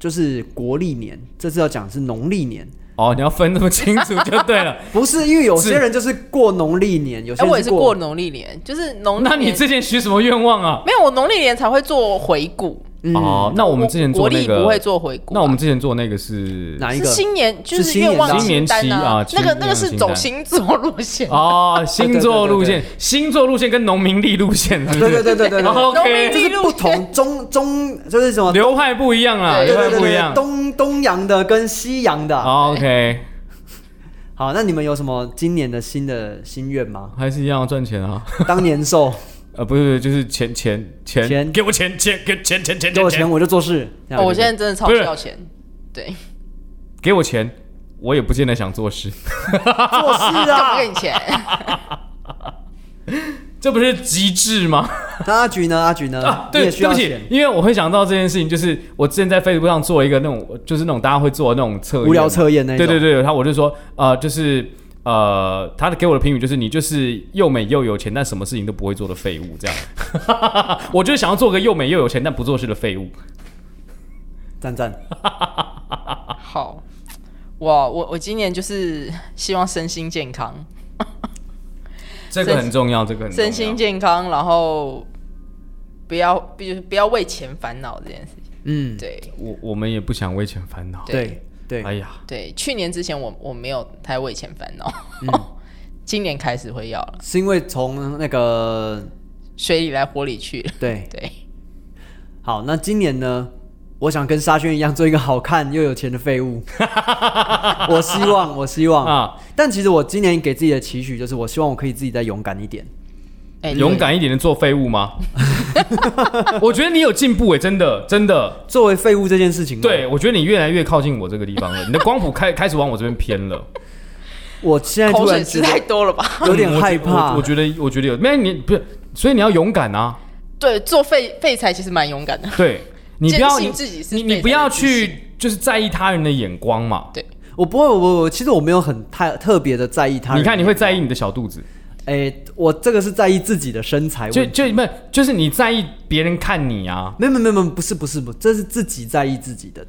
就是国历年，这次要讲的是农历年，哦，你要分那么清楚就对 了。不是因为有些人就是过农历年，有些哎，我也人是过,、过农历年，就是农历那你年之前许什么愿望啊？没有我农历年才会做回顾，嗯哦，那我们之前国做那历个不会做回顾啊。那我们之前做那个是哪一是个？新年就是是新年愿望新年单期啊那个新那个愿望是清走单星座路线。哦，星座路对线，星座路线跟农民历路线是不对对是？哦对对 对对，农民就历 OK，是不同中中就是什么？流派不一样啊，对对流对派对不一对，样。东东洋的跟西洋的啊、哦 OK，？好，那你们有什么今年的新的心愿吗还是一样要赚钱啊。 当年兽呃，不是，就是钱钱钱，钱给我钱钱给钱钱钱给我钱钱，我就做事。这样哦我现在真的超不需是要钱，对，给我钱，我也不见得想做事， 做事干嘛啊给。你钱？这不是极致吗？ 那阿菊呢？阿菊呢？啊，你 对，也需对要不起钱，。因为我会想到这件事情，就是我之前在 Facebook 上做一个那种，就是那种大家会做的那种测验无聊测验那一对种对对，然后我就说，呃，就是呃，他给我的评语就是你就是又美又有钱，但什么事情都不会做的废物，这样。 我就是想要做个又美又有钱但不做事的废物。赞赞。好，我我我今年就是希望身心健康，这个很重要，这个很重要 身心健康，然后不要，比如不要为钱烦恼这件事情。嗯，对我我们也不想为钱烦恼。对对哎。呀，对，去年之前我我没有太为钱烦恼，嗯 今年开始会要了，是因为从那个水里来火里去。对 对，好，那今年呢，我想跟沙宣一样做一个好看又有钱的废 物。我希望，我希望啊啊！但其实我今年给自己的期许就是，我希望我可以自己再勇敢一点。哎、勇敢一点的做废物吗？ 我觉得你有进步哎、真的真的，作为废物这件事情，对，我觉得你越来越靠近我这个地方了，你的光谱开 开始往我这边偏了，我现对，在突口水然吃觉太得多了吧？ 有点嗯我觉害怕我我。觉得我觉得有，没有你不是，所以你要勇敢啊，对，做废废材其实蛮勇敢的。 对你不要坚你信自己是你对你的不要自信去就是在意他人的眼光嘛，对，我不会，我我其实我没有很太特别的在意他人。你看你会在意你的小肚子，哎，我这个是在意自己的身材就问题。就不就是你在意别人看你啊，没有没有没有，不是不是不是，这是自己在意自己的。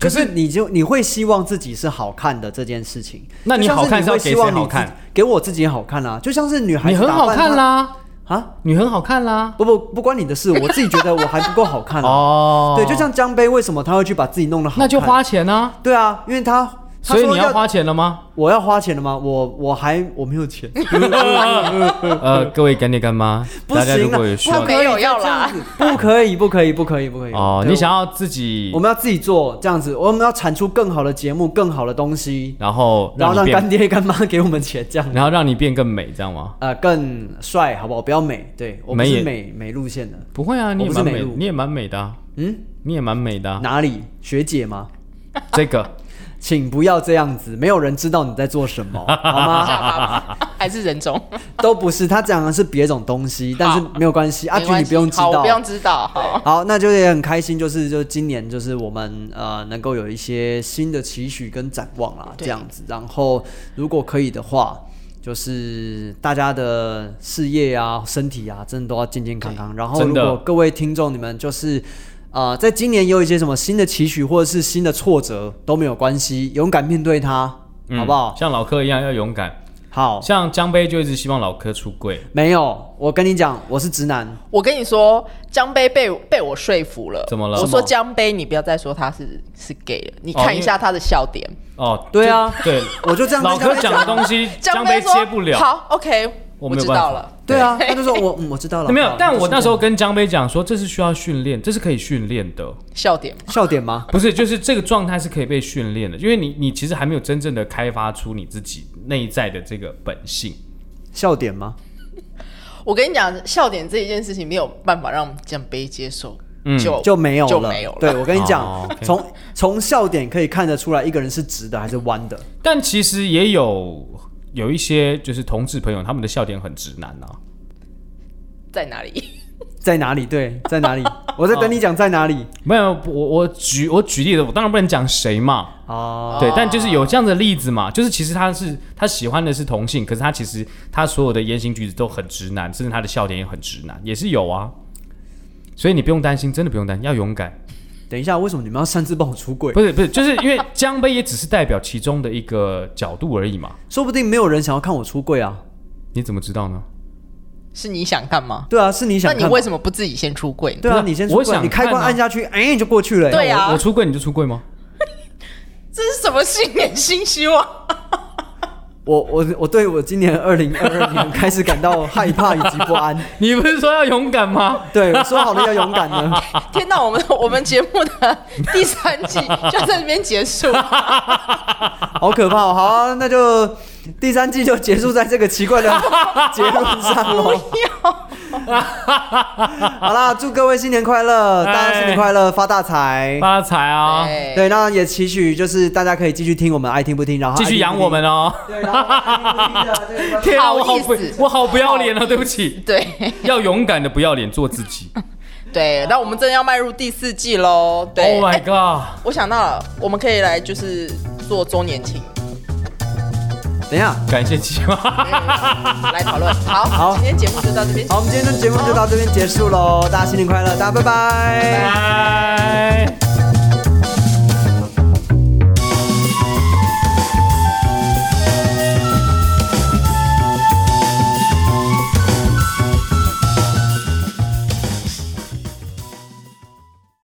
可就是是你就你会希望自己是好看的这件事情，那你就像好看是是你要会给希望谁好你自看？给我自己好看啊啦，就像是女孩你子很打好扮看她啦，啊！你很好看啦，不不不关你的事，我自己觉得我还不够好看啊。 哦，对，就像江杯为什么他会去把自己弄得好看？那就花钱啊，对啊，因为他他所以说你要花钱了吗？我要花钱了吗？我我还我没有钱， 呃，各位干爹干妈，不大家如行啊，果有需要不可以没有要再这样啦子，不可以，不可以，不可以，不可以。哦，对你想要自己我，们要自己做这样子，我们要产出更好的节目，更好的东西，然后然后让你让干变，爹干妈给我们钱，这样然后让你变更美，这样吗？呃更帅，好不好？不要美，对我们美是也美美路线的，不会啊，你也我不是蛮美美露，你也蛮美的啊，嗯，你也蛮美的啊。哪里学姐吗？这个请不要这样子，没有人知道你在做什么，好 下吗？巴吧还是人种？都不是，他讲的是别种东西，但是没有关系，阿没菊关你系不用知好我道不，用知道，好， 好，那就也很开心，就是就今年就是我们呃能够有一些新的期许跟展望啦，对这样子。然后如果可以的话，就是大家的事业啊、身体啊，真的都要健健康康。然后如真的果各位听众你们就是。呃，在今年有一些什么新的期许或者是新的挫折都没有关系，勇敢面对它，嗯好不好？哦像老柯一样要勇敢，好，像江杯就一直希望老柯出柜。没有，我跟你讲，我是直男，我跟你说，江杯被被我说服了。怎么了我什说么江杯，你不要再说他是是 gay 了，你哦因看一为下他的笑点。哦，对啊就对，我就这样老跟柯他讲的东西，江杯杯说接不了。好，OK，我我没有知办道法了。对啊，他就说我、嗯、我知道了，没有好，但就是我那时这候样跟江杯讲说，这是需要训练，这是可以训练的，笑点笑点吗？不是，就是这个状态是可以被训练的，因为你你其实还没有真正的开发出你自己内在的这个本性。笑点吗？我跟你讲，笑点这一件事情没有办法让江杯接受，嗯就就没有就了。没有了。对我跟你哦讲，OK，从从、笑点可以看得出来，一个人是直的还是弯的。但其实也有有一些就是同志朋友，他们的笑点很直男啊。在哪里？在哪里？对，在 哪里？我在等你讲在哪里没有，我我举我举例的，我当然不能讲谁嘛，哦，对，但就是有这样的例子嘛，就是其实他是他喜欢的是同性，可是他其实他所有的言行举止都很直男，甚至他的笑点也很直男，也是有啊。所以你不用担心，真的不用担心，要勇敢。等一下，为什么你们要擅自帮我出轨？不是不是，就是因为江杯也只是代表其中的一个角度而已嘛。说不定没有人想要看我出轨啊。你怎么知道呢？是你想看吗？对啊，是你想那看你吗。为什么不自己先出柜呢？对不啊，是你先出我轨，想你开看关啊按下去，哎、你就过去了、对啊我出柜你就出柜 吗？这是什么新年新希 望？我我我对我今年二零二二年开始感到害怕以及不安。你不是说要勇敢吗？对，我说好了要勇敢呢。天哪，我们我们节目的第三 季就在这边结束。 好可怕、哦！好啊、那就第三季就结束在这个 奇怪的结论上喽。好啦，祝各位新年快乐，大家新年快乐，发大财。发财啊！对对，那也期许就是大大家可以继续听我们爱听不听，然后继续养我们啊。哦！对，然后爱听不听的这个天啊，好我好意不思我好不要脸啊！对不起，对要勇敢的不要脸做自己。对，那我们真的要迈入第四季喽。对 Oh my 哎 god！我想到了，我们可以来就是做周年庆，啊等一下，感谢计划，来讨 论。好，好今天节目就到这边。好，我们今天的节目就到这边结束喽，大家新年快乐，大家拜拜拜。